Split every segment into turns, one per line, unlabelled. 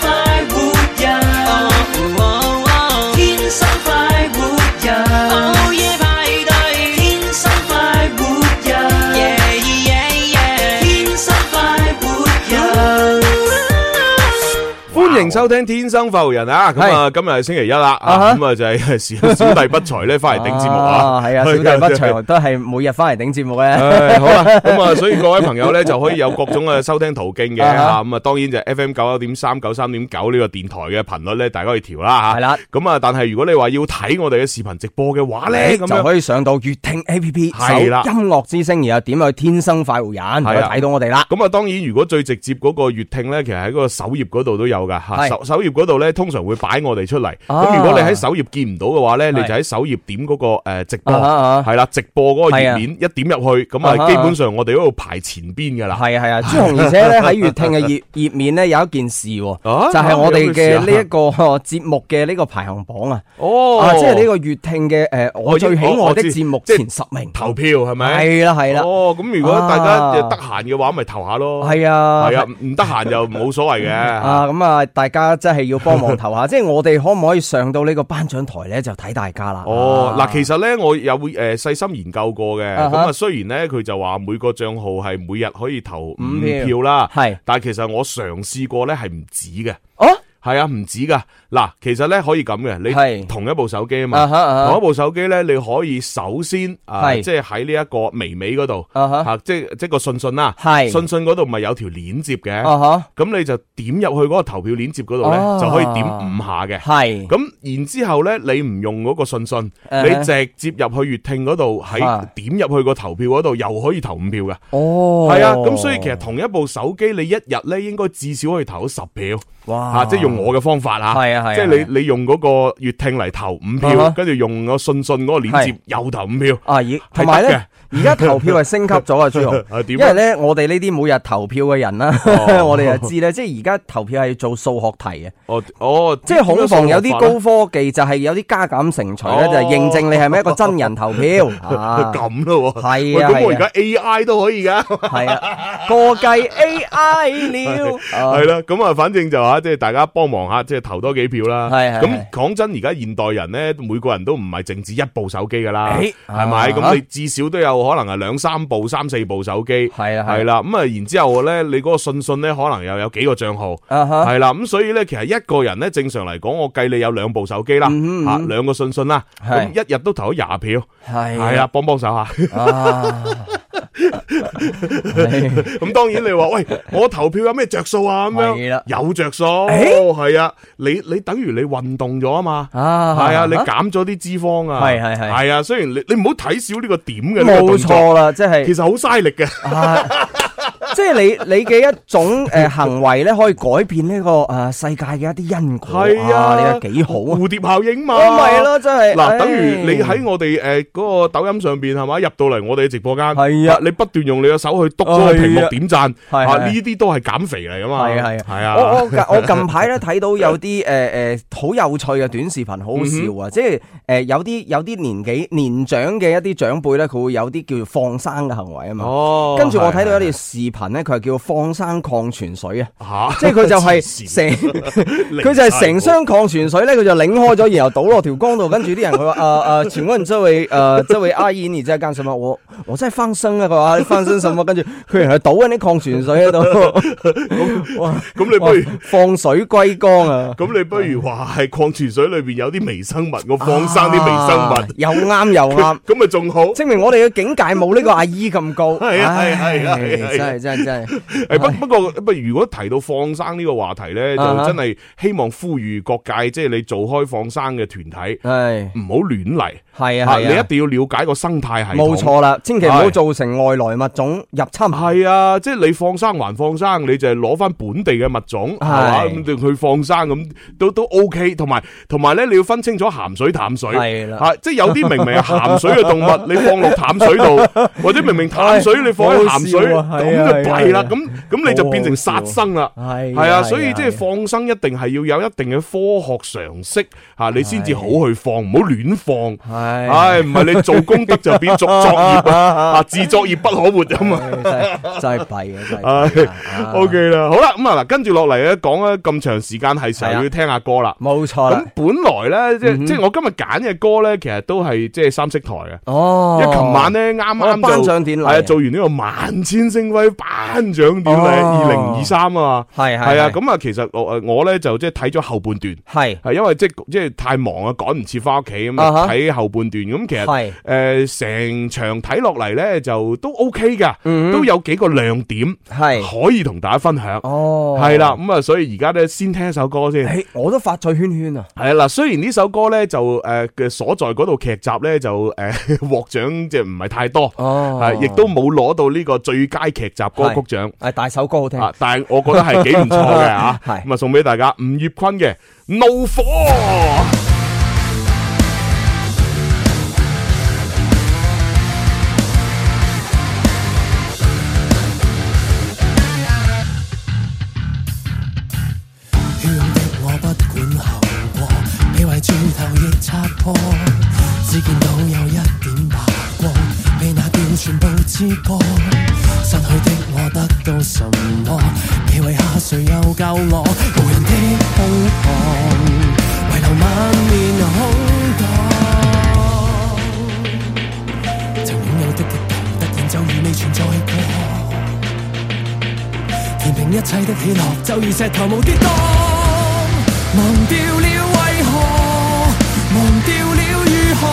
快活人。哦哦哦天生快活人，午夜派對，天生快活人，yeah yeah yeah，天生快活人。
欢迎收听《天生浮人》啊！咁啊，今日系星期一啦，
啊哈
啊咁啊就系小 小弟不才咧，翻嚟顶节目 啊！
係啊，小弟不長都係每日翻嚟頂節目嘅。
唉，好啦， 咁啊，所以各位朋友咧就可以有各種嘅收聽途徑嘅
啊哈
吓，咁啊，當然就 F M 九一點三九三點九呢個電台嘅頻率咧，大家可以調啦吓。
係啦，
咁啊，但係如果你話要睇我哋嘅視頻直播嘅話咧，咁
就
樣
可以上到粵聽 A P P 搜
係啦
音樂之聲，然後點去天生快活人，就可以睇到我哋啦。
咁啊，當然如果最直接嗰個粵聽咧，其實喺嗰個首頁嗰度都有噶吓，
係
首首頁嗰度咧通常會擺我哋出嚟。
啊
咁如果你喺首頁見唔到嘅話咧，你
係
就喺首頁點嗰個诶直播
啊哈啊
係啦，直播嗰個
係
頁
啊
面一點入去，咁
啊哈
啊
啊
基本上我哋嗰度排前邊噶啦。
係啊 係啊，朱紅，而且咧喺粵聽嘅頁 頁面咧有一件事喎，
啊
就係我哋嘅呢
有咩
一個 節目嘅呢個排行榜啊，
哦
啊，即係呢個粵聽嘅诶，誒
我
我最喜
我我
愛的
知
節目
即係
前十名，
投票係咪？
係啦係啦，
哦，咁如果大
啊
家呃得閒嘅話，咪投下咯。
係啊，
係啊，唔唔得閒就冇所謂嘅。
啊，咁啊，大家真係要幫忙投下，即係 我哋可唔可以上到呢個頒獎台咧，就睇大家啦。
哦，
啊
嗱，其實咧，我有诶细心研究過嘅，
啊
咁
哈
啊，雖然咧佢就話每個帳號係每日可以投五票啦，
係
但系其實我嘗試過咧係唔止嘅，
哦，
係啊，唔止噶。嗱，其實咧可以咁嘅，你
係
同一部手機啊
啊
嘛，
哈啊
同一
哈
部手機咧，你可以首先啊，
係
即係喺呢一個微微嗰度
啊哈，
啊，即係即係個信信啦，
係
信信嗰度咪有條鏈接嘅，
啊哈，
咁你就點入去嗰個投票鏈接嗰度
哦
咧，就可以點五下嘅。
係
咁然之後咧，你唔用嗰個信信，你直接入去粵聽嗰度，喺
嗯啊
點入去個投票嗰度，又可以投五票嘅。
哦，
係啊，咁所以其實同一部手機，你一日咧應該至少可以投十票，
哇，
啊，即係用我嘅方法啊。
係啊係啊
即係你你用嗰個粵聽嚟投五
啊
票，
哈
跟住用個信信嗰個鏈接
係
又投五票，
啊，而同
係
埋
得嘅
咧，而家投票係升級咗啊，朱紅。
啊
因
點
為
啊？
咧，我哋呢啲每日投票嘅人啦，
哦
我哋就知咧，即係而家投票係做數學題 嘅，
哦哦，
即係恐防有啲
點樣數學法呢
高科技就係有啲加減乘除咧，
哦
就係認證你係咪一個真人 投票啊？
咁咯喎。
係
喂，
啊，
咁我
係
而
啊
家 AI 都可以噶。
系啊，过计 AI 了。
系啦，咁啊，反正就吓，即系大家幫忙下，即係投多幾票啦。
係係
咁
係
講真，而家現代人咧，每個人都唔係淨止一部手機噶啦，
誒
係咪？
啊
咁你至少都有可能係兩三部、三四部手機。
係啊係啊
係啦。咁啊，然之后咧，你嗰個信信咧，可能又有幾個帳號。
啊哈，
係啦，咁所以咧，其實一個人咧，正常嚟講，我計你有兩部手機啦，
嗯嗯嗯
吓兩個信信啦，咁
係哎
一日都投咗廿票，
系
係啊，幫幫手吓。
啊，
咁當然你話 喂，我投票有咩着數啊？咁
係啦
樣有着數，
欸
係啊，你你等於你運動咗啊嘛，
啊，
係啊，你減咗啲脂肪啊，
係係係
係啊，雖然你你唔好睇少呢個點嘅呢個動
冇
作，
錯啦，即係
其實好嘥力嘅，
啊，即係你你嘅一種诶行為咧，可以改變呢個诶世界嘅一啲因果。
係啊，
你話幾好啊？
蝴蝶效應嘛，
咁咪。咯，真係
嗱，等於你喺我哋诶嗰個抖音上边係嘛，入到嚟我哋嘅直播間，
係啊
你不斷用你嘅手去督嗰個屏
係
幕
啊
點讚，
係係
啊呢啲都係減肥嚟噶嘛，
係啊係啊
系啊，
我我近我近排咧睇到 有啲诶诶好有趣嘅短視頻，好好笑
嗯
啊！即係诶有啲有啲年紀年長嘅一啲長輩咧，佢會有啲叫做放生嘅行為啊嘛。
哦
跟住我睇到
係
一條視頻咧，佢係叫放生礦泉 水啊，
吓，
即係佢就
黐
係
線
成 佢就係成箱礦泉水咧，佢就擰開咗，然後倒落條江度，跟住啲 人佢話誒誒，請問這位誒這位阿姨，你在幹什麼？我我在放生啊！佢話放生什麼？跟住佢人係倒緊啲礦泉水 喺度，哇！
咁你不如
哇放水歸缸啊！
咁你不如話係礦泉水裏边有啲微生物，我放生啲
啊
微
又啱 又
生物
啱，，
咁咪仲好。
證明我哋嘅境界冇呢個阿姨咁高。
係啊係啊
唉
係啊係啊係啊
真係真係真係。
诶，不不过不過如果提到放生呢個話題咧，就
啊哈
真係希望呼籲各界，即係你做開放生嘅團體，
係
唔好亂嚟。
係啊
啊你
係
一
啊，
定要了解個生態系統。
冇錯啦，千祈唔好
係
造成外來物種入侵。
係啊，即係你放生還放生，你就係攞翻本地嘅物種，係嘛
係
咁就去放生咁都都 OK。同埋同埋咧，你要分清楚鹹水淡水。
係啦
啊，即係有啲明明係鹹水嘅動物，你放落淡水 度，或者明明淡水你放喺鹹水，
好好笑啊係啊
咁就弊啦。
係啊
咁咁你就變成殺生啦。
係
係啊，所以即係
係
放生一定係要有一定嘅科學常識吓，你先至好去放，唔好亂放。
係
唉，唔係你做功德就變做作業 啊，啊自作業不可活啊嘛。
真係真係弊啊！真
唉
係弊啊
O K 啦，好啦，咁啊嗱，跟住落嚟咧，講咗咁長時間係時候
係啊
要聽下歌啦。
冇錯啦嗯
咁。本來咧，即係即係我今日揀嘅歌咧，其實都係即係三色台嘅。
哦，
因為琴晚咧啱
哦
啱就
頒獎典禮啊
係啊，做完呢個萬千星輝頒獎典禮二零
哦
二三啊嘛，
係係
係啊，
係
咁啊，其實我誒我咧就即係睇咗後半段，
係
係因為即係即係太忙啊，趕唔切翻屋企咁
啊哈
啊，睇後半段咁其實。
係
誒成、場睇落嚟咧就都 OK 噶，
嗯
都有幾個亮點
係
可以同大家分享。
哦，
係啦，咁啊，所以而家咧先聽一首歌先。
誒，我都發咗圈圈啊！
係啦，雖然呢首歌咧就誒嘅、所在嗰度劇集咧就誒 獲獎即係唔係太多，
哦
係亦都冇攞到呢個最佳劇集歌曲獎
誒，大首歌好聽，。
啊，但係我覺得係幾唔錯嘅嚇
係
咁啊，送俾大家吳業坤嘅《怒火》。
要的我不管後果，被圍住頭亦擦破，只見到有一點白光，被那掉全部切割。失去的我得到什麼？被圍下誰又救我？無人的空巷，遺留萬年空蕩。曾擁有的激動，突然就如未存在過。填平一切的喜樂，就如石頭無跌宕。忘掉了為何，忘掉了如何，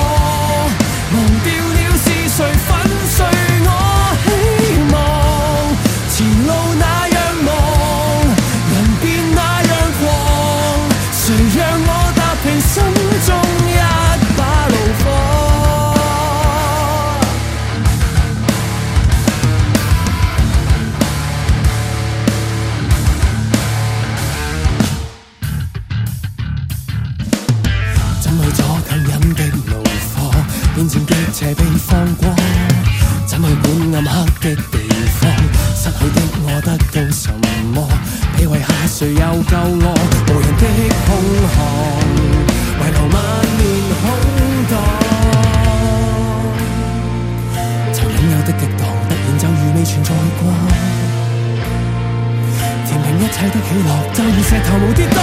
忘掉了是誰粉碎我希望。前路那樣茫，人變那樣狂，誰讓我踏平心中一把怒火？怎去咗強忍的怒火，變戰激斜被放過？怎去管暗黑的地方？失去的我得到什麼？被遺下誰又救我？無人的空巷，遺留萬年空蕩。曾擁有的激盪，突然就如未存在過。填平一切的喜樂，就如石頭無跌宕。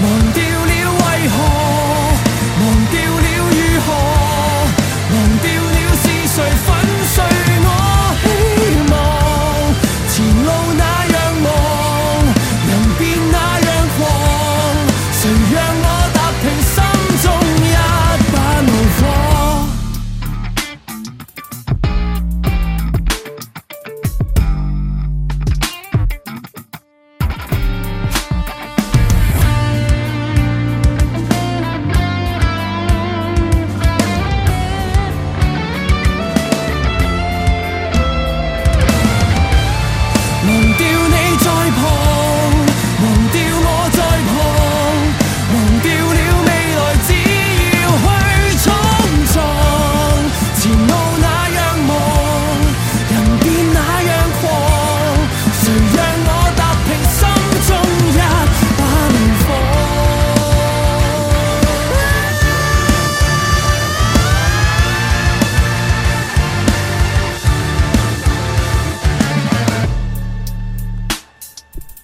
忘掉了為何，忘掉了如何，忘掉了是誰粉碎我希望。前路那樣茫，人變那樣狂，誰讓我踏平心中一把怒火？忘掉你在旁，忘掉我在旁，忘掉了未來，只要去闖撞。前路那樣茫，人變那樣狂，誰讓我踏平心中一把怒火？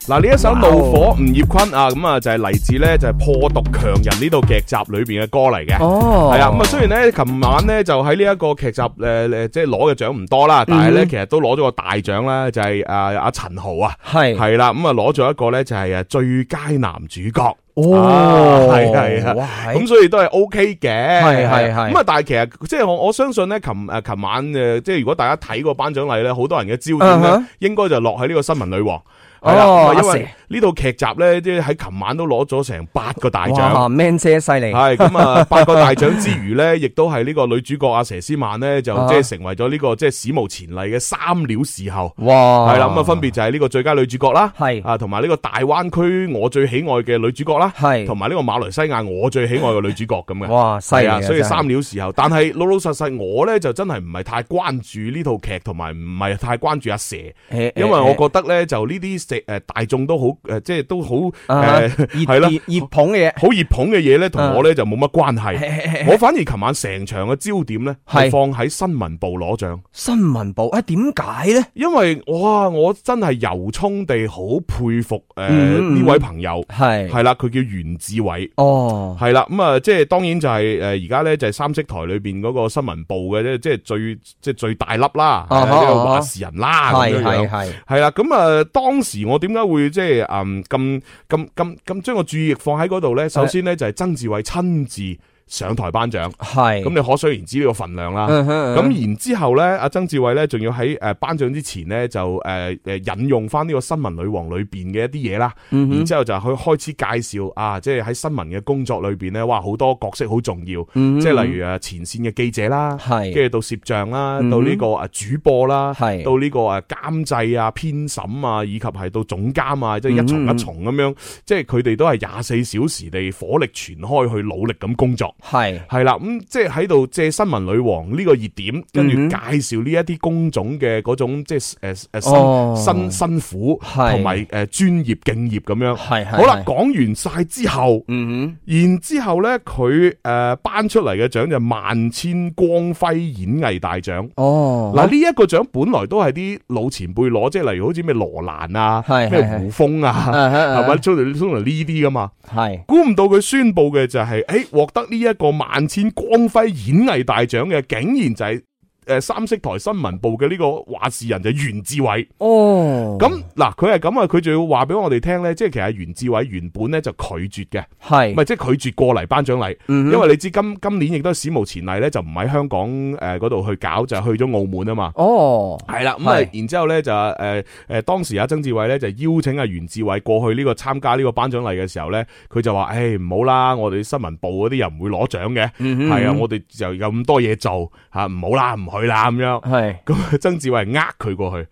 嗱，呢一首《怒火》吳業坤啊，咁啊就係嚟自咧就係破毒強人呢套劇集裏邊嘅歌嚟嘅。
哦
係啊，咁啊雖然咧琴晚咧就喺呢一個劇集誒誒，即係攞嘅獎唔多啦，但係
嗯
咧其實都攞咗個大獎啦，就係啊阿陳豪啊，
係
係啦，咁啊攞咗一個咧就係誒最佳男主角。
哦
啊係係啊
哇，
咁所以都係 O K 嘅，
係係係
咁啊，但係其實即係我我相信咧，琴誒琴呃晚誒，即係如果大家睇過頒獎禮咧，好多人嘅焦點
嗯哼
咧，應該就落喺呢個新聞女王。係啦咁
哦
啊因
阿
為呢套劇集咧，即係喺琴晚都攞咗成八個大獎。
哇，man 姐犀利，
系咁啊！ 八個大獎之餘咧，亦都係呢個女主角阿佘詩曼咧，就
啊
即係成為咗呢個即係史無前例嘅三料視后。
哇，
係啦，咁啊分別就係呢個最佳女主角啦，
係
啊，同埋呢個大灣區我最喜愛嘅女主角啦，
係
同埋呢個馬來西亞我最喜愛嘅女主角咁嘅。
哇犀利
係啊
啊，
所以
真係
三料時候，但係老老實實我咧就真係唔係太關注呢套劇，同埋唔係太關注阿蛇，
誒
因為
誒
我覺得咧就呢啲蛇誒大眾都好誒，即係都好
啊
誒
熱
係啦
熱。熱捧嘅嘢，
好熱捧嘅嘢咧，同我咧就冇乜關係。
啊
我反而琴晚成場嘅焦點咧，
係
係放喺新聞部攞獎，
新聞部啊，點解咧？
因為哇，我真係由衷地好佩服誒
嗯嗯
呢位朋友，
係
係啦，佢叫袁志偉。
哦，
係啦，咁啊，即係當然就係誒而家咧就係三色台裏邊嗰個新聞部嘅啫，即係最即係最大粒啦，係啦
啊哈
即係
啊哈
話事人啦咁
係
樣
係
樣。
係，
係啦，咁啊，當時我點解會即係嗯咁咁咁咁將個注意力放喺嗰度咧？首先咧就係曾志偉親自上台頒獎，
係
咁你可想而知呢個份量啦。
嗯哼
咁然之後咧，阿曾志偉咧仲要喺誒頒獎之前咧就誒誒引用翻呢個新聞女王裏邊嘅一啲嘢啦，
嗯
然之後就去開始介紹啊，即係喺新聞嘅工作裏邊咧，哇好多角色好重要，即係例如誒前線嘅記者啦，
嗯係
跟住到攝像啦，
嗯哼
到呢個誒主播啦，
係
到呢個誒監製啊、編審啊，以及係到總監啊，即係一重一重咁樣，即係佢哋都係廿四小時地火力全開去努力咁工作。
係
系啦，咁、即係喺度借新聞女王呢個熱點，跟住
嗯哼
介紹呢一啲工種嘅嗰種即係诶诶
哦
辛辛辛苦，
係
同埋诶專業敬業咁樣。
係係，
好啦，
係，
講完晒之後，
嗯
然之后咧佢诶颁出嚟嘅獎就萬千光輝演藝大獎。
哼，哦，
嗱呢一個獎本來都係啲老前輩攞，即係例如好似咩羅蘭啊
係係、
咩
係
胡楓啊，係
係
咪？通常通常呢啲噶嘛。
係
估唔到佢宣布嘅就係、诶誒獲得呢一個萬千光輝演藝大獎嘅，竟然就係、诶三色台新聞部嘅呢個話事人就係袁志偉，
哦，
咁嗱佢係咁啊，佢仲要話俾我哋聽咧，即係其實袁志偉原本咧就拒絕嘅，
係
唔係即係拒絕過嚟頒獎禮，
嗯嗯哼
因為你知今今年亦都史無前例咧，就唔喺香港誒嗰度去搞，就去咗澳門啊嘛。
哦，
系啦，咁啊
係，
然之后咧就诶诶，當時阿曾志偉咧就邀請阿袁志偉過去呢個參加呢個頒獎禮嘅時候咧，佢就話：，诶唔好啦，我哋新聞部嗰啲又唔會攞獎嘅，
嗯
係啊，我哋就有咁多嘢做吓，唔好啦，唔去啦咁樣。
係
咁啊曾志偉呃佢過去，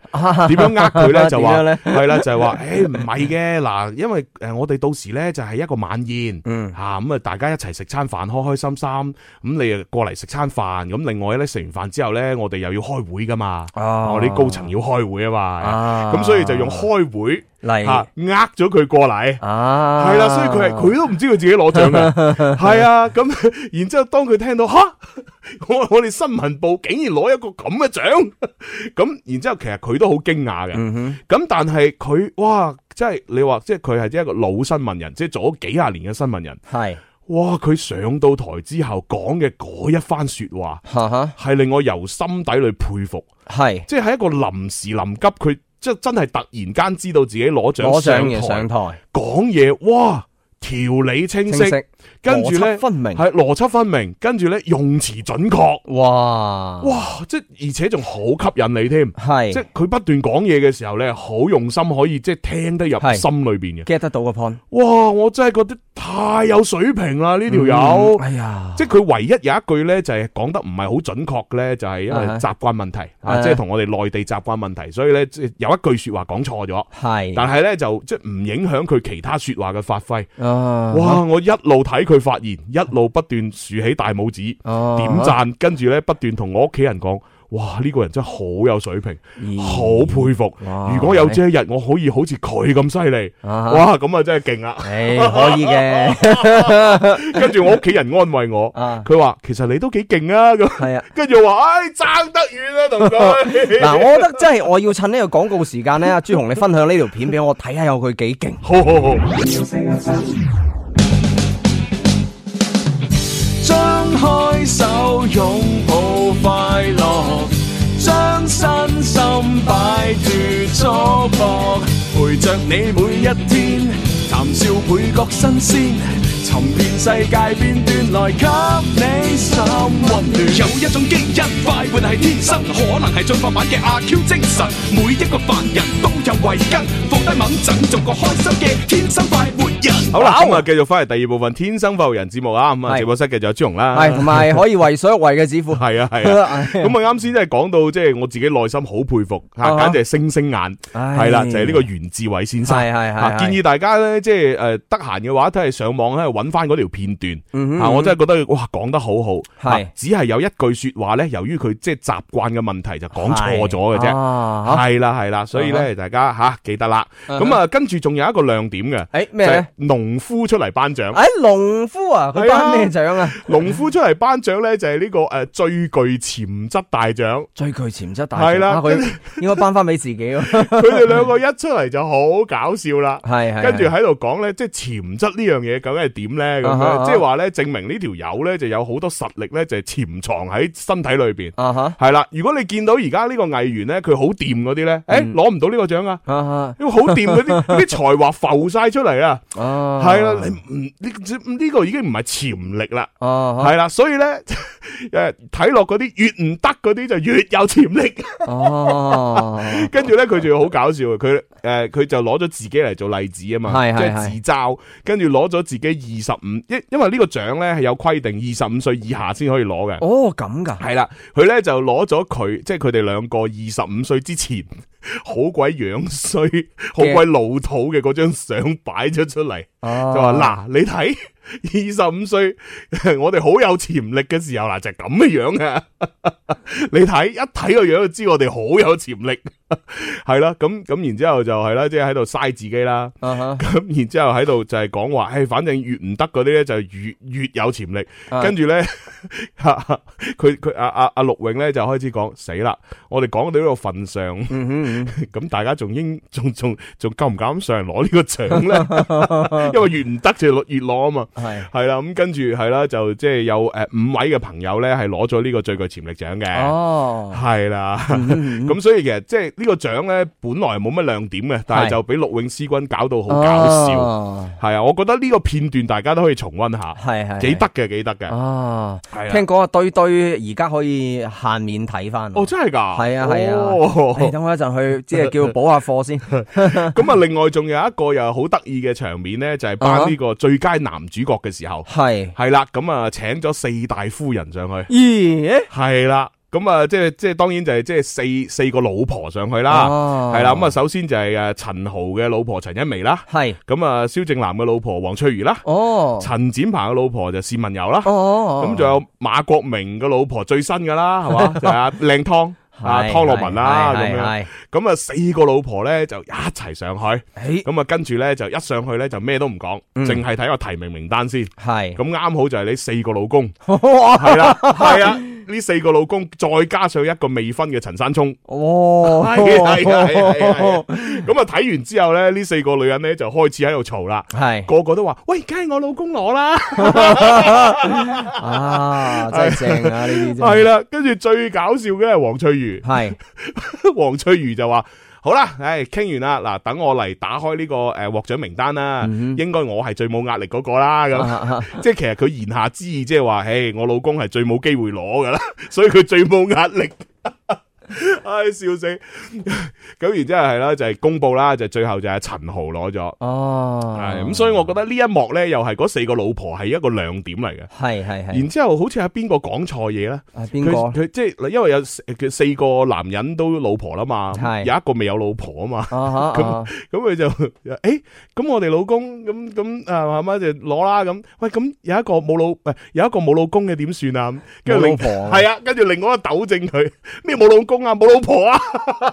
點樣呃佢 咧就話
點樣呢
係啦，就係話 诶唔係嘅，嗱，因為诶我哋到時咧就係一個晚宴。
嗯
吓咁啊！大家一齊食餐飯，開開心心。咁你啊過嚟食餐飯，咁另外咧食完飯之後咧，我哋又要開會噶嘛。
啊
我哋高層要開會啊嘛，
啊
咁所以就用開會
嚟
吓呃咗佢過嚟。
啊，
係啦，所以佢係佢都唔知佢自己攞獎 嘅，係啊，咁然之後當佢聽到吓，我我哋新聞部竟然攞一個咁嘅獎，咁然之後其實佢都好驚訝嘅，
嗯
咁但係佢哇，即係你話即係佢係一個老新聞人，即係做咗幾廿年嘅新聞人，
哼，係，
哇！佢上到台之後講嘅嗰一番说話，
哈哈，
係令我由心底裏佩服。
係
即係一個臨時臨急，佢即真係突然間知道自己攞獎
攞上
上
嘅上
台
台，
講嘢，哇！條理清
清
晰，
晰，
跟住
邏輯
咧
分明，
係邏輯分明，跟住咧用詞準確，
哇，
哇！即係而且仲好吸引你添，
係
即係佢不斷講嘢嘅時候咧，好用心，可以即係聽得入
係
心裏邊嘅。
get 得到個 point，
哇！我真係覺得太有水平啦，呢條友
嗯。哎呀，
即係佢唯一有一句咧，就係講得唔係好準確嘅咧，就係因為
啊哈
習慣問題
啊
啊，即係同我哋內地習慣問題，所以咧即係有一句説話講錯咗，
係，
但係咧就即係唔影響佢其他説話嘅發揮。
啊，
哇！我一路睇佢發言，一路不斷豎起大拇指
哦
點讚，跟住咧不斷同我屋企人講。哇！呢、個人真係好有水平，
咦
好佩服。
哇
如果有朝一日我可以好似佢咁犀利，
啊哈
哇！咁啊真係勁啦。
诶，可以嘅，
跟住我屋企人安慰我，
啊
佢話其實你都幾勁啊咁。
係啊。
跟住話，唉，爭得遠啊啦，同佢。
嗱，我覺得真係我要趁呢個廣告時間咧，阿朱紅你分享呢條片俾我睇下有佢幾勁。
好好好，
张开手拥抱快乐，将身心摆脱束缚，陪着你每一天，谈笑倍觉新鲜，寻遍世界片段來給你心温暖。
有一種基因快活係天生，可能係進化版嘅阿 Q 精神。每一個凡人都有圍巾，放低猛陣，做個開心嘅天生快活人。
好啦，咁啊，繼續翻嚟第二部分《天生浮人》節目啊，咁啊，
係
直播室嘅就有朱紅啦，
系同埋可以為所欲為嘅指父。
係啊，係 啊。咁
咁
啊，啱先真係講到，即係我自己內心好佩服吓，
啊哈
簡直係星星眼，
唉
係啦，就係呢個袁志偉先生。
係係係
啊
係
建議大家咧，即係诶得閒嘅話，都係上網喺度揾翻嗰條片段
嗯哼
啊！我真係覺得哇，講得好好，
係
啊只係有一句说話咧，由於佢即係習慣嘅問題就講錯咗嘅啫。
啫
係啦係啦，所以
啊
咧大家吓記得啦。咁啊，跟住仲有一個亮點嘅，
诶咩咧？
就係農夫出嚟頒獎。
诶，農夫啊，佢
係啊
頒咩獎啊？
農夫出嚟頒獎咧，就係呢個诶最具潛質大獎。
最具潛質大
係啦
啊佢應該頒翻俾自己喎。 係
佢哋兩個一出嚟就好搞笑啦。
係。
跟住喺度講咧，即係潛質呢樣嘢究竟係點咧？咁
啊哈啊
樣
哈
即係話咧，證明呢條友咧就有好多實力咧，就係潛藏喺身體裏邊。
啊哈
係啦，如果你見到而家呢個藝員咧，佢好掂嗰啲咧，誒
嗯
攞唔到呢個獎啊！
啊哈
因為好掂嗰 啲啲才華浮晒出嚟啊！
啊
係啦，你唔呢呢個已經唔係潛力啦，
啊哈
係啦，所以咧 誒睇落嗰啲越唔得嗰啲就越有潛力。
哦，
跟住咧，佢仲要好搞笑嘅，佢誒佢就攞咗自己嚟做例子啊嘛，
係
即
係
係自嘲，跟住攞咗自己二十五，因因為呢個獎咧係有規定，二十五歲以下先可以攞嘅。
哦咁噶，
係啦，佢咧就攞咗佢，即係佢哋兩個二十五歲之前，好鬼樣衰，好鬼老土嘅嗰張相擺咗出嚟，
就
就話嗱，你睇 二十五歲， 我哋好有潛力嘅時候嗱，就係咁嘅樣啊！ 你睇一睇個樣就知我哋好有潛力， 係啦，咁咁然之後就係啦，即係喺度嘥自己啦。
啊哈
咁然之後喺度就係講話，唉，反正越唔得嗰啲咧就越越有潛力，
啊
跟住 咧，佢佢阿阿阿陸永咧就開始講死啦，我哋講到呢個份上，
嗯
咁大家仲應仲仲仲夠唔夠膽上嚟攞呢個獎咧？ 因為越唔得就越攞啊嘛。
係
係啦，咁跟住係啦，就即係有诶五位嘅朋友咧係攞咗呢個最具潛力獎嘅。
哦，嗯
係啦，咁所以其實即係呢個獎咧，本來冇乜亮點嘅，但係
係
就俾陸永思君搞到好搞笑。
哦，
係啊，我覺得呢個片段大家都可以重温下，
係係
幾得嘅，幾得嘅。
哦，
係啦
聽講啊，堆堆而家可以限免睇翻。
哦，真係㗎，
係啊係啊， 你
哦
等我一陣去，即係叫補下 課先。
咁啊，另外仲有一個又好得意嘅場面咧，就係
啊
頒
哈
呢個最佳男主角嘅時候，
係，
係啦，咁啊請咗四大夫人上去。
咦？
系啦，咁啊，即系即系，当然就系即系四四个老婆上去啦，
哦
系啦，咁啊，，首先就系诶陈豪嘅老婆陳茵媺啦，
係，
咁啊，萧正楠嘅老婆黃翠如啦，
哦，
陳展鵬嘅老婆就薛文柔啦，
哦，
咁仲有馬國明嘅老婆最新噶 啦，係嘛，就係阿靚湯啊
係
湯洛文啦
係
咁樣，
係係
咁啊四個老婆咧就一齊上去，
誒
咁啊跟住咧就一上去咧就咩都唔講，
嗯
淨係睇個提名名單先，
係，
咁啱好就係你四個老 公。
哇
系啦，系啊，呢四个老公再加上一个未婚嘅陳山聰，
哦，
係啊係啊係啊係啊咁啊睇完之後咧，呢四個女人咧就開始喺度嘈啦，
係
個個都話：喂，梗係我老公攞 啦，
啊，真係正啊！呢啲真
係啦。跟住最搞笑嘅係黃翠如，
係
黃翠如就話。好啦，唉，傾完啦，嗱，等我嚟打開呢個誒獲獎名單啦，應該我係最冇壓力嗰個啦，咁、
嗯啊
即係其實佢言下之意，即係話，誒，我老公係最冇機會攞噶啦， 所以佢最冇壓力。 唉，笑死！咁然之後係啦，就係公佈啦，就最後就係陳豪攞咗。
哦，
係咁，所以我覺得呢一幕呢，又係嗰四個老婆係一個亮點嚟嘅。
係係係
然之後好似係邊個講錯嘢呢？
啊
佢
邊個？
佢即係因為有四佢四個男人都老婆啦嘛，
係
有一個未有老婆啊嘛。
啊哈啊
咁佢就 誒，咁我哋老公咁咁啊，媽媽就攞啦咁。喂，咁有一個冇老，唔係有一個冇老公嘅點算啊？跟住
冇
另
老婆啊
係啊，跟住另外一個糾正佢 咩冇老公啊，冇老婆啊，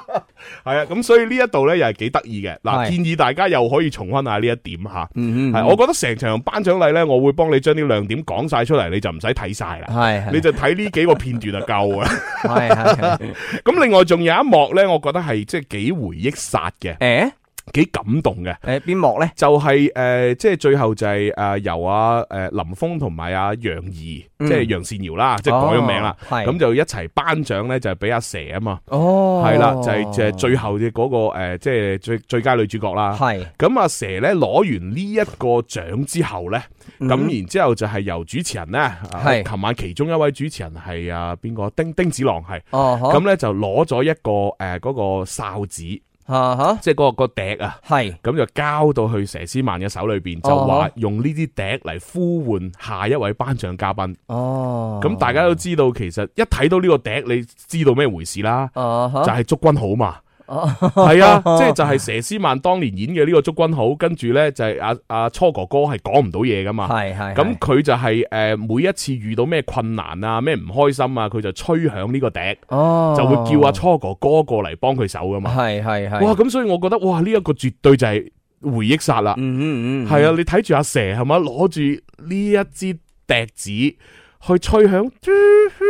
係啊。咁所以呢一度咧又係幾得意嘅。嗱，
係
建議大家又可以重温下呢一點嚇。
嗯嗯，
係，我覺得成場頒獎禮咧，我會幫你將啲亮點講晒出嚟，你就唔使睇晒啦。
係係
你就睇呢幾個片段就夠啦。
係係係
咁另外仲有一幕咧，我覺得係即係幾回憶殺嘅，
誒
幾感動嘅。
誒邊幕咧？
就係呃即係最後就係呃由阿誒林峰同埋阿楊怡，
嗯
即係楊善瑤啦，即係改咗名啦，
哦係
咁就一齊頒獎咧，就係俾阿蛇啊嘛，
哦，
係啦，就係就係最後嘅嗰個呃即係最最佳女主角啦。
係
咁阿蛇咧攞完呢一個獎之後咧，咁然之後就係由主持人咧，啊
嗯係
琴晚其中一位主持人係啊邊個？丁丁子郎係，
哦，
咁咧就攞咗一個誒嗰個哨子，
吓吓，
即係嗰個個笛啊。
係
咁就交到去佘詩曼嘅手裏邊，就
哦
話用呢啲笛嚟呼喚下一位頒獎嘉賓。
哦，
咁大家都知道，其實一睇到呢個笛，你知道咩回事啦，
啊哦
就
吓，
係祝君好嘛。係 啊，即係就係佘詩曼當年演嘅呢個祝君好，跟住呢，就係阿阿初哥哥係講唔到嘢噶嘛。
係係
咁佢就係誒每一次遇到咩困難啊、咩唔開心啊，佢就吹響呢個笛，
哦，
就會叫阿初哥哥過嚟幫佢手噶嘛。
係係係，
哇！咁所以我覺得哇，呢一個絕對就係回憶殺啦。
嗯嗯嗯，
係啊，你睇住阿蛇係咪攞住呢一支笛子去吹響，嘟嘟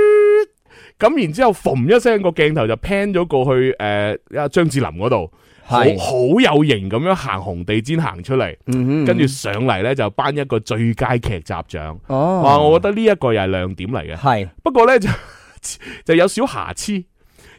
咁然之後，嘣一聲個鏡頭就 pan 咗過去誒阿張智霖嗰度，好好
係
有型咁樣行紅地氈行出嚟，
嗯嗯，
跟住上嚟呢，就頒一個最佳劇集獎。
哦，
哇！我覺得呢一個又係亮點嚟嘅。
係
不過咧就 就有少瑕疵，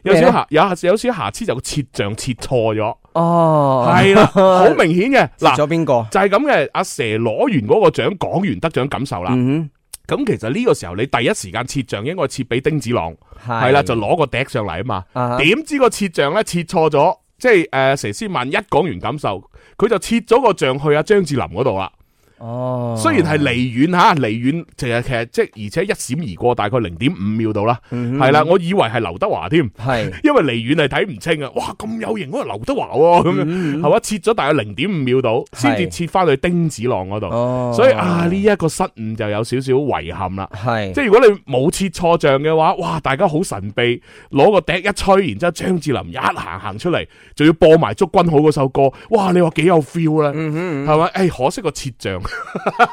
有
咩
少
呢
瑕有有少瑕疵就個切像切錯咗，
哦，
係啦，好明顯 嘅
嗱
嗱。
咗邊個？
就係咁嘅，阿蛇攞完嗰個獎，講完得獎感受啦。
嗯
咁、其實呢個時候你第一時間切像應該切俾丁子朗，
哼，
係啦，就攞個笛上嚟啊嘛。
啊哈
點知個切像咧切錯咗，即係誒佘詩曼一講完感受，佢就切咗個像去阿張智霖嗰度啦。
哦，
雖然係離遠吓，離遠其實其實即係而且一閃而過，大概零點五秒到啦，
嗯
係啦，我以為係劉德華添。
係
因為離遠係睇唔清啊！哇，咁有型嗰個劉德華喎，咁樣係嘛？切咗大概零點五秒到，先至
嗯係
切翻去丁子朗嗰度。
哦，
所以啊，呢一個失誤就有少少遺憾啦。
係
即係如果你冇切錯像嘅話，哇！大家好神秘，攞個笛一吹，然之後張智霖一行行出嚟，仲要播埋《祝君好》嗰首歌，哇！你話幾有 feel 咧？
嗯
係咪？誒，可惜個切 像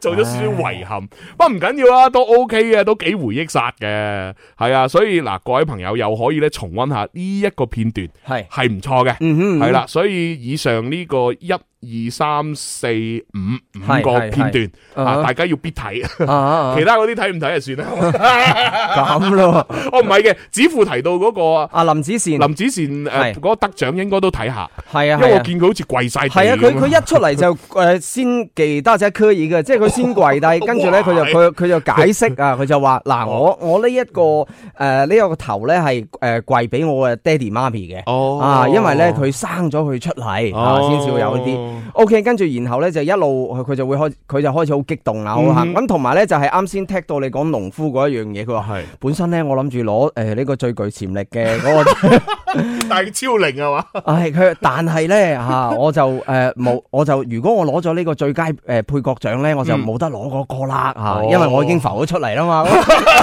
做咗少少遺憾，不過唔緊要啊，都 OK 嘅，都幾回憶殺嘅，係啊。所以嗱，各位朋友又可以咧重温下呢一個片段，
係
係唔錯嘅。
嗯哼，
系啦，所以以上呢個一二三四五五個
係係
片段
啊
啊，
哈
大家要必睇，
啊啊啊啊
其他嗰啲睇唔睇就算啦。
咁咯喎，
哦，唔係嘅，子父提到嗰
阿林子善
個啊林子善诶，
嗯係
嗰個得獎應該都睇下，
係啊
因為
係
我
啊。
見佢好似跪晒地
系啊，佢
咁
佢一出 嚟就誒先忌得隻科爾嘅，即係佢先跪低，跟住咧佢就 佢佢就解釋啊，佢就話嗱
哦
我我呢一個誒呢一個頭咧係誒跪俾我嘅爹哋媽咪嘅，
哦
啊因為咧佢生咗佢出嚟啊
哦
先至會有呢啲。O.K. 跟住然後咧就一路佢佢就會開佢就開始好激動啊啦，好嚇
嗯哼
咁同埋咧就係啱先踢到你講農夫嗰一樣嘢，佢話
係
本身咧我諗住攞誒呢個最具潛力嘅嗰個。
但係超齡啊 嘛，
唉，佢但係咧吓，我就诶冇、我就如果我攞咗呢個最佳诶、呃配角獎咧，我就冇得攞嗰個啦吓，
嗯哦
因為我已經浮咗出嚟 啦嘛。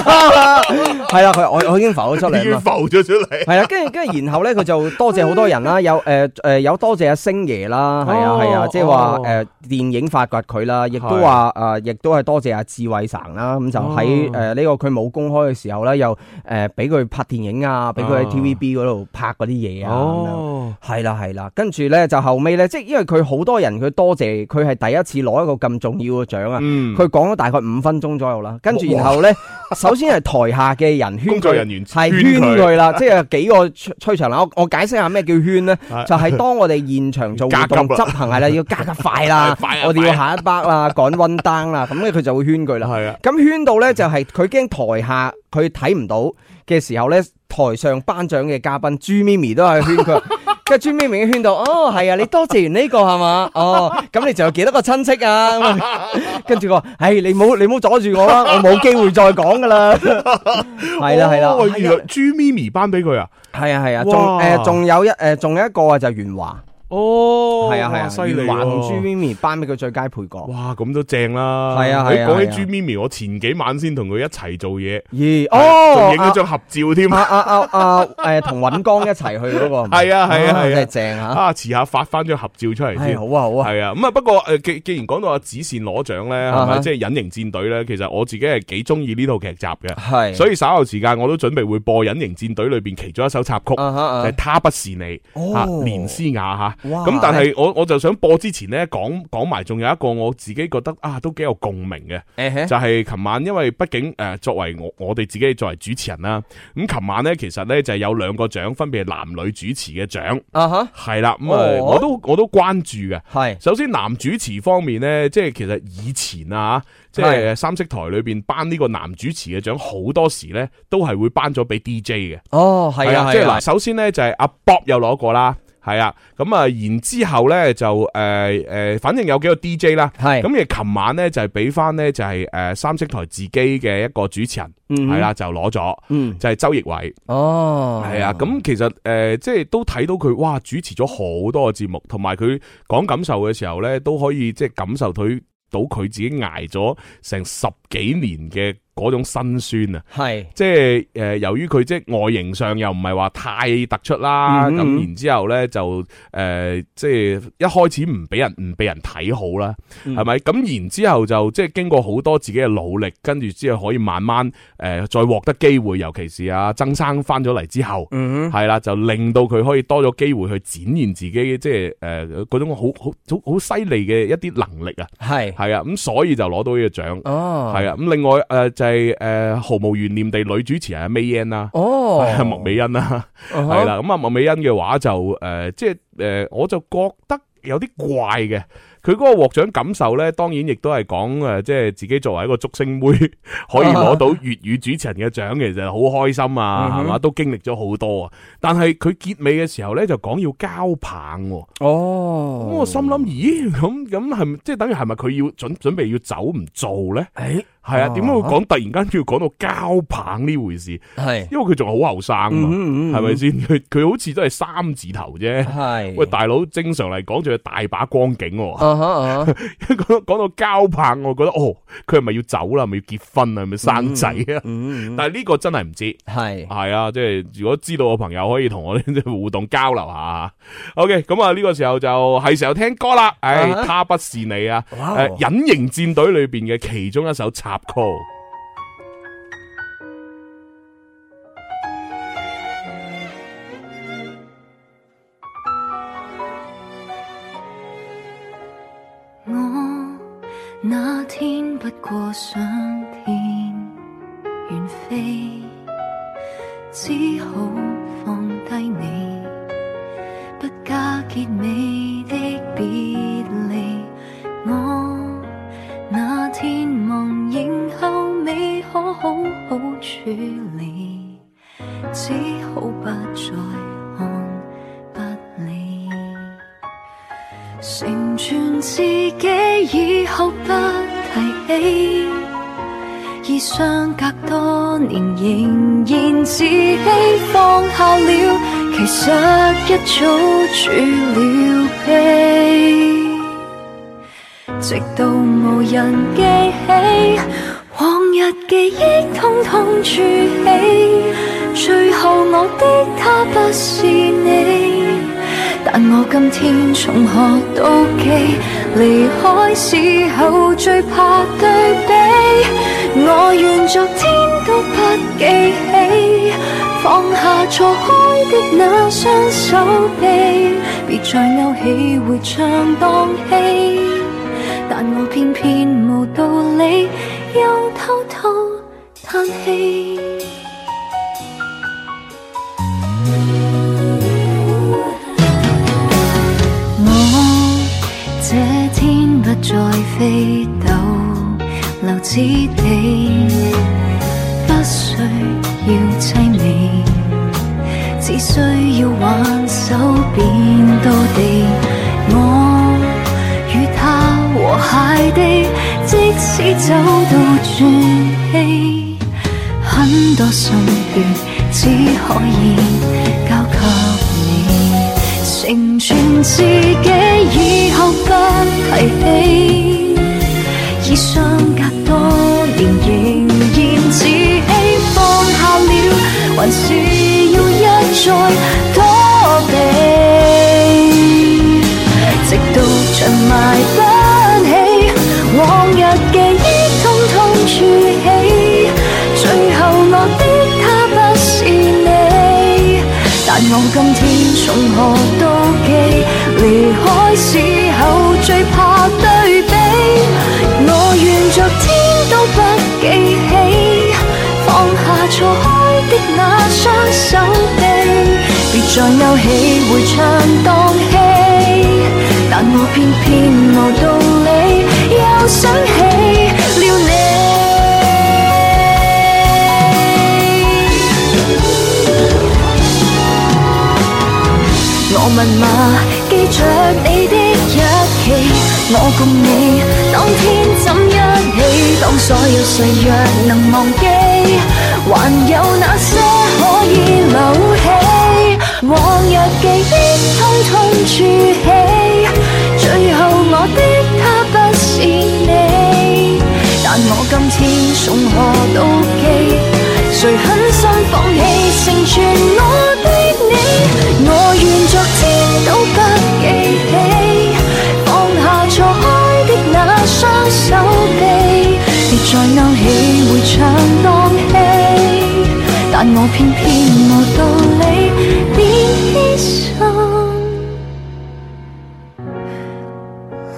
係啊啦，佢我我已經浮咗出
已
嚟
經
啦嘛。
浮咗出嚟。
係啦，跟住跟住，然後咧佢就多謝好多 人啦，有诶诶、呃有多謝阿星爺啦，係啊
哦
係啊，即係話
哦
诶电影發掘佢啦，亦都話诶，呃亦都係多謝阿志偉神啦，咁就
哦
喺诶呢個佢冇公開嘅時候咧，又诶俾佢拍電影啊，俾佢喺
哦
TVB 嗰度拍嗰啲嘢啊。咁樣系啦系啦，跟住咧就後尾咧，即係因為佢好多人佢多謝佢係第一次攞一個咁重要嘅獎啊，
嗯，
佢講咗大概五分鐘左右啦，跟住然後咧，首先係台下嘅人圈佢
工作人員
係
圈
圈
佢
佢啦，即係有幾個吹吹場啦。我我解釋下咩叫圈咧，就係當我哋現場做活動
加急
執行係啦，要加急快啦
快啊，
我哋要下一筆啦，趕 run down 啦，咁咧佢就會圈佢啦。
係啊，
咁圈到咧就係佢驚台下佢睇唔到嘅時候咧，台上頒獎嘅嘉賓朱咪咪都係圈 佢。跟住朱咪咪已經圈到，哦，係啊，你多謝完呢、個係 嘛？哦，咁你仲有幾多個親戚啊？咁啊跟住佢話，唉、你冇你冇阻住我啊 啦，我冇機會再講噶啦。係啦係啦，
哦
係
原
啊
來朱咪咪頒俾佢啊，
係啊係啊，
哇
仲誒仲有一誒仲有一個啊，就係袁華，
哦
係啊係啊，
犀利
袁華同朱
喎。
咪咪頒俾佢最佳配角。
哇，咁都正啦！
係啊係啊
講
係啊
起朱咪咪，我前幾晚先同佢一齊做嘢，
咦？
啊仲
哦，
影咗張合照添。
啊啊啊啊！誒，同尹光一齊去嗰個係咪
係啊係啊係啊
真係正嚇，
啊，遲下發翻張合照出嚟
係
先。
好啊好啊，
係啊，咁啊，不過诶，既既然講到阿子善攞獎咧，係
啊哈
咪即係隱形戰隊咧？其實我自己係幾中意呢套劇集嘅，
係，
所
以
以稍後時間我都準備會播《隱形戰隊》裏边其中一首插曲，就
啊哈啊
係《他不是你》
哦
啊，連詩雅吓。
哇
咁但係我我就想播之前咧，講講埋仲有一個我自己覺得啊，都幾有共鳴嘅。
誒
就係琴晚，因為畢竟誒、呃作為我我哋自己作為主持人啦，咁琴晚呢，其實呢就係有兩個獎，分別係男女主持嘅獎，
啊哈
係啦，咁、啊
哦
我都我都關注嘅。
係
首先男主持方面呢，即係其實以前啊，即係
係
三色台裏邊頒呢個男主持嘅獎，好多時呢都係會頒咗俾 DJ 嘅，
哦係啊
即係
係啊
嗱，首先呢就係阿 Bob 有攞過啦。系啊，咁啊，然之後咧就诶诶，反正有幾個 DJ 啦，
係
咁而琴晚咧就係俾翻咧就係诶三色台自己嘅一個主持人
嗯
係啦，就攞咗，
嗯，
就係周奕偉
哦，
係啊，咁其實诶即係都睇到佢哇主持咗好多個節目，同埋佢講感受嘅時候咧，都可以即係感受佢到佢自己捱咗成十幾年嘅嗰種辛酸啊！
系，
即係诶、呃由於佢即係外形上又唔係話太突出啦，
嗯
咁、
嗯
然之后咧就诶、呃即係一開始唔俾人唔俾人睇好啦，
嗯
係咪、咁然之后就即係經過好多自己嘅努力，跟住之後可以慢慢诶、呃再獲得機會，尤其是啊曾生翻咗嚟之後，
嗯哼，
係啦、就令到佢可以多咗機會去展現自己即係诶嗰種好好好好犀利嘅一啲能力啊，
系，
係啊，咁所以就攞到呢個獎。
哦，
系啊，咁另外诶、呃就係呃毫無懸念地女主持人係 May Yan 啦。
哦，
係啊 莫美欣啦，
嗯哼
係，啦，咁啊，莫美欣嘅話就诶，即係诶，呃我就覺得有啲怪嘅。佢嗰個獲獎感受咧，當然亦都係講诶，呃即係自己作為一個竹星妹，可以攞到粵語主持人嘅獎，其實好開心
哦嗯
啊，
哼
係嘛，都經歷咗好多啊。但係佢結尾嘅時候咧，就講要交棒喎。咁
哦，
我心諗，咦，咁咁係咪即係等於係咪佢要準準備要走唔做咧？
诶，
系啊，
哦
點解會講突然間要講到交棒呢回事？
系，
因為佢仲好後生嘛，
嗯
係咪先？佢佢好似都係三字頭啫。
咪系，
喂，大佬，正常嚟講仲有大把光景喎。
啊哈啊哈，
講講到交棒，我覺得哦，佢係咪要走啦？係咪要結婚啊？係咪生仔啊？
嗯，
但係呢個真係唔知。
系，
係啊，即係如果知道嘅朋友可以同我哋 即係互動交流下。OK，咁啊呢個時候就係時候聽歌啦。唉
啊，哈
他不是你啊，
哇哦
誒隱形戰隊裏邊嘅其中一首插曲。
我那天不過想遍遠飛，只好放低你，不加結尾的別離。我那天忘形後尾，可好好處理，只好不再看不理。成全自己以後不提起，而相隔多年仍然自欺放下了，其實一早處了悲，直到無人記起，往日記憶通通儲起，最後我的他不是你。但我今天從何妒忌？離開時候最怕對比，我願昨天都不記起，放下錯開的那雙手臂，別再勾起回腸蕩氣。但我偏偏無道理，又偷偷嘆氣。我這天不再飛逗留此地，不需要凄美，只需要挽手便到地。我與他和諧地，即使走到轉氣，很多心血只可以交給你。成全自己，以後不提起，已相隔多年，仍然自欺放下了，還是要一再躲避，直到長埋不起，往日記憶通通儲起，最後我的他不是你。但我今天從何妒忌？離開時候最怕對比，我願昨天都不記起，放下錯開的那雙手臂，別再勾起回腸蕩氣。但我偏偏無道理，又想起了你。我問嘛，記着你的日期，我共你當天怎一起，當所有誓約能忘記，還有那些可以留起，往日記憶通通儲起，最後我的他不是你。但我今天從何妒忌？誰狠心放棄成全我的你？我願昨天都不記起，放下錯開的那雙手臂，別再勾起回腸蕩氣。但我偏偏無道理，變送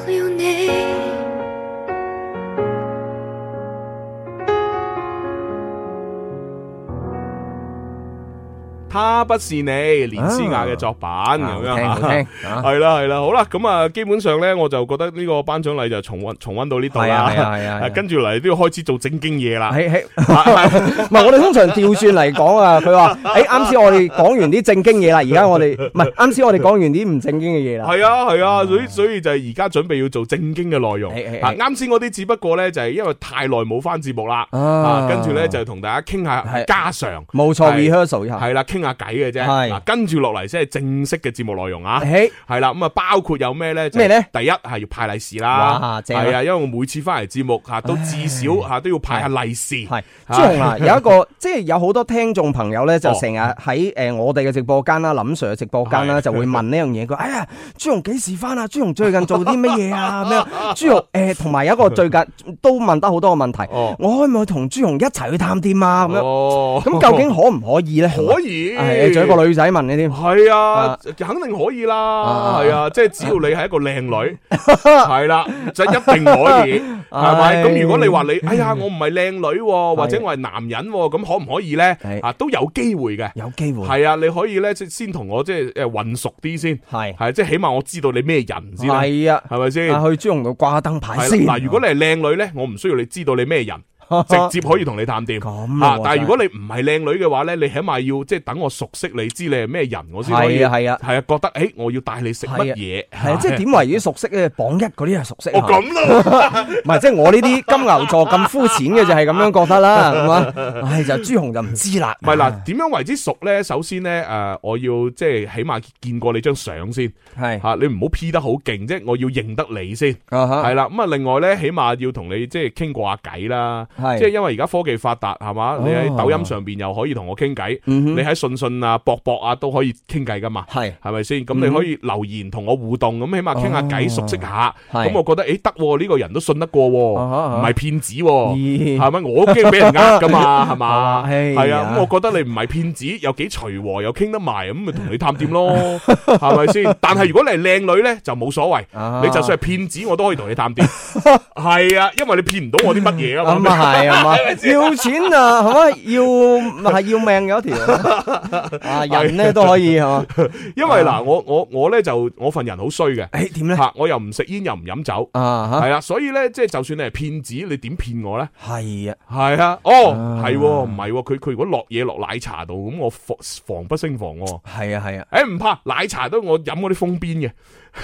了你。
他不是你，連詩雅嘅作品咁樣
啊好聽好
啊
聽。啊
係啦係啦，好啦，咁啊，基本上咧，我就覺得呢個頒獎禮就重温重温到呢度
係啊係
啦。
啊係啊係啊
啊 跟住嚟都要開始做正經嘢啦。啊
喺喺， 唔係我哋通常調轉嚟講啊。佢話：，誒啱先我哋講完啲正經嘢啦，而家我哋唔係啱先我哋講完啲唔正經嘅嘢啦。
係啊係啊，所以所以就係而家準備要做正經嘅內容。
哦係係
啊
係
啱先嗰啲只不過咧就係因為太耐冇翻節目啦，
啊
啊跟住咧就同大家傾下
係
家常。
冇錯
係
，rehearsal 一下。
係啦，傾下偈嘅啫。
係
嗱，跟住落嚟先係正式嘅節目內容啊。
誒
係啦，咁啊包括有咩咧？就
咩呢
第一係要派利是啦
哇，
係
正啊
啊，因為我每次翻嚟節目吓都至少吓都要派下利是。
係朱紅啊，有 一個即係有好多聽眾朋友咧，就
哦
成日喺誒我哋嘅直播間啦、林 Sir 嘅直播間啦，就會問呢樣嘢。佢話哎呀，朱紅幾時翻啊？朱紅最近做啲乜 嘢啊？咩？朱紅誒，同埋有一個最近都問得好多個問題，
哦
我可唔可以同朱紅一齊去探店啊？咁樣
哦，
咁究竟可唔可以 咧？
可以？
係仲有一個女仔問你添，
系啊
啊，
肯定可以啦，
啊
係啊，即係只要你係一個靚 女，係啦，就一定可以，係咪？
唉
咁如果你話你，哎呀，我唔係靚女喎，或者
係
我係男人喎，咁可唔可以咧
係？
啊，都有機會嘅。
有機會
係啊，你可以咧，即係先同我即係诶混熟啲先，
係
係即係起碼我知道你咩人先啦，
係啊，
係咪先？
啊去朱紅度掛燈牌先。
係啦嗱，如果你係靚女咧，我唔需要你知道你咩人， 直接可以同你探店。
咁
啊
啊！
但係如果你唔係靚女嘅話咧，你起碼要即係等我熟悉你，知你係咩人，我先可以
係啊係啊
係啊，覺得誒我要帶你食乜嘢，
係啊，即係 點為之熟悉咧？榜一嗰啲係熟悉啊。
我咁咯，
唔係，即係我呢啲金牛座咁膚淺嘅就係咁樣覺得啦，係嘛？唉，就朱紅就唔知啦。
唔係嗱，點樣為之熟咧？首先咧誒，我要即係起碼見過你張相先
係
嚇，你唔好 P 得好勁啫，我要認得你先。
啊
係
哈，
啦，咁啊，另外咧，起碼要同你即係傾過下偈啦。
係
即係因為而家科技發達係嘛，你喺
哦
抖音上邊又可以同我傾偈，
嗯
你
哼
喺信信啊、博博啊都可以傾偈噶嘛。
係嗯
係咪先？咁你可以留言同我互動，咁起碼傾下偈，
哦
熟悉下。
係
咁我覺得誒得喎，呢個人都信得過喎，
啊哈啊
唔
哈
係騙子喎，
咦
係咪？我都驚俾人呃噶 嘛，係嘛？
係啊
係啊，咁我覺得你唔係騙子，又幾隨和，又傾得埋，咁咪同你探店 咯，係咪先？但係如果你係靚女咧，就冇所謂。
啊
你就算係騙子，我都可以同你 探店。係啊，因為你騙唔到我啲乜嘢啊
咁
嘛。
啊 係啊嘛，要錢啊，係嘛？要係要 命有一條啊，人咧都可以係嘛？
因為
啊
嗱，我我我咧就我份人好衰嘅，
誒點咧？
吓我又唔食煙又唔飲酒，
啊
係
哈，
啊，所以咧即係就算你係騙子，你點騙我咧？
係啊，
係啊，哦，
啊
係喎唔係喎，佢佢如果落嘢落奶茶度，咁我防防不勝防喎。
係啊，係啊，
誒唔怕，奶茶都我飲嗰啲封邊嘅，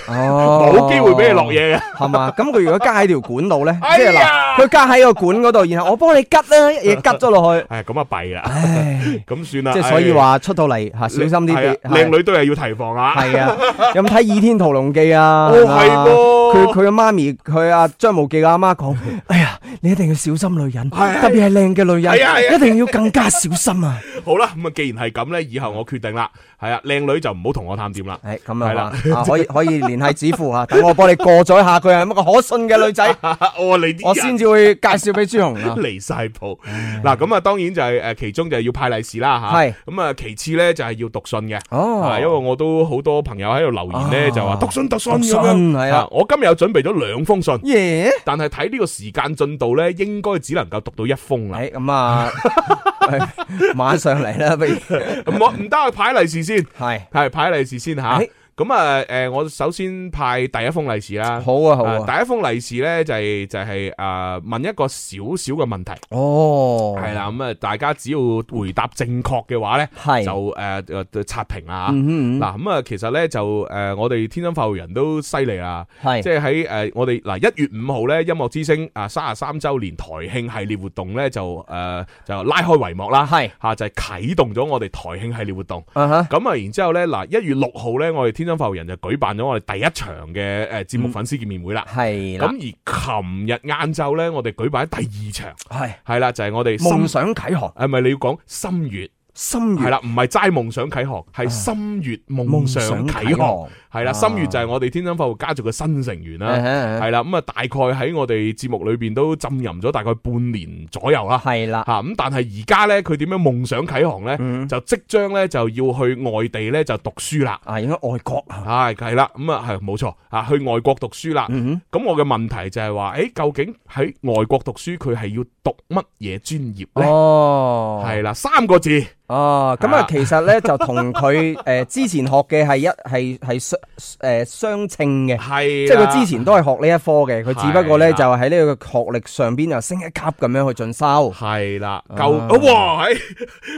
哦，
冇機會俾你落。嘢嘅。
係嘛？咁佢如果加喺條管度咧，
哎
即係
呀
嗱，佢加喺個管嗰度，然後我幫你吉啦，一嘢吉咗落 去，
唉，咁啊弊啦，
唉，
咁算啦。
即係所以
唉
話出到嚟嚇，小心啲
係啊
啲，係
靚女都係要提防啊。
系啊，有冇睇《倚天屠龍記》啊？
哦係喎
佢佢嘅媽咪，佢阿張無忌嘅阿媽講：，哎呀，你一定要小心女人，
係
特別係靚嘅女
係啊係啊
人，一定要更加小 心啊！
好啦，咁啊，既然係咁咧，以後我決定啦，係啊，靚女就唔好同我探店啦。
诶，
係
咁
啦
啊嘛，啊可以可以聯繫指父啊， 等我幫你過咗一下佢係乜個可信嘅 女仔，
哦，你啲
我
人
先至會介紹俾朱紅啊。
離晒譜。嗱，咁啊，當然就係誒，其中就係要派利是啦嚇。
係
咁啊，其次咧就係要讀信嘅。
哦
啊因為我都好多朋友喺度留言咧，
啊
就話讀信讀信
讀
咁
信
樣。
係啊
啊我今日有準備咗兩封信，
耶！
但係睇呢個時間進度咧，應該只能夠讀到一封啦。
诶，咁啊， 馬上嚟啦，不如
唔好唔得，派利是先。
係
係派利是先嚇
係。
咁啊誒，我首先派第一封利是啦。
好啊好啊，
第一封利是咧就係就係誒問一個少少嘅問題，
哦，
係，啦咁啊，大家只要回答正確嘅話咧，
係
就誒誒刷屏啦嚇。
嗯
嗱咁啊，其實咧就誒我哋天生發育人都犀利啦，
哼，
即
系，
係喺誒我哋嗱一月五號咧音樂之星啊三十三週年台慶系列活動咧就誒就拉開帷幕啦，
係
嚇就係啟動咗我哋台慶系列活動。
啊哈，
咁啊，然之後咧，嗱一月六號咧，我哋天生發育人就舉辦咗我哋第一場嘅誒節目粉絲見面會啦。
係
咁
啦，
而琴日晏晝咧，我哋舉辦咗第二場，
係
係啦，就係我哋
夢
心
想啟航，
係咪你要講心月？
心
係
願
啦，唔係齋夢想啟航，係心月夢想啟航。係啦，
啊
心月就係我哋天生發育家族嘅新成員啦。
係
係啦，咁啊啊，大概喺我哋節目裏邊都浸淫咗大概半年左右啊啦。
係啦，
吓咁，但係而家咧，佢點樣夢想啟航咧？
嗯
就即將咧就要去外地咧就讀書啦。
啊應該外國啊，
唉，係啦，咁啊係冇錯啊，去外國讀書啦。
嗯
咁我嘅問題就係話，誒究竟喺外國讀書佢係要讀乜嘢專業
哼，
呢？
哦，
係啦，三個字，
哦，咁
啊
啊，其實咧就同 佢誒之前學嘅係一係係相誒相稱嘅，
係
即
啦
係佢之前都係學呢一科嘅，佢只不過
啊係啊
咧
啦
就喺呢個學歷上邊又升一級咁樣去進修。
係啦，
啊
夠哇！唉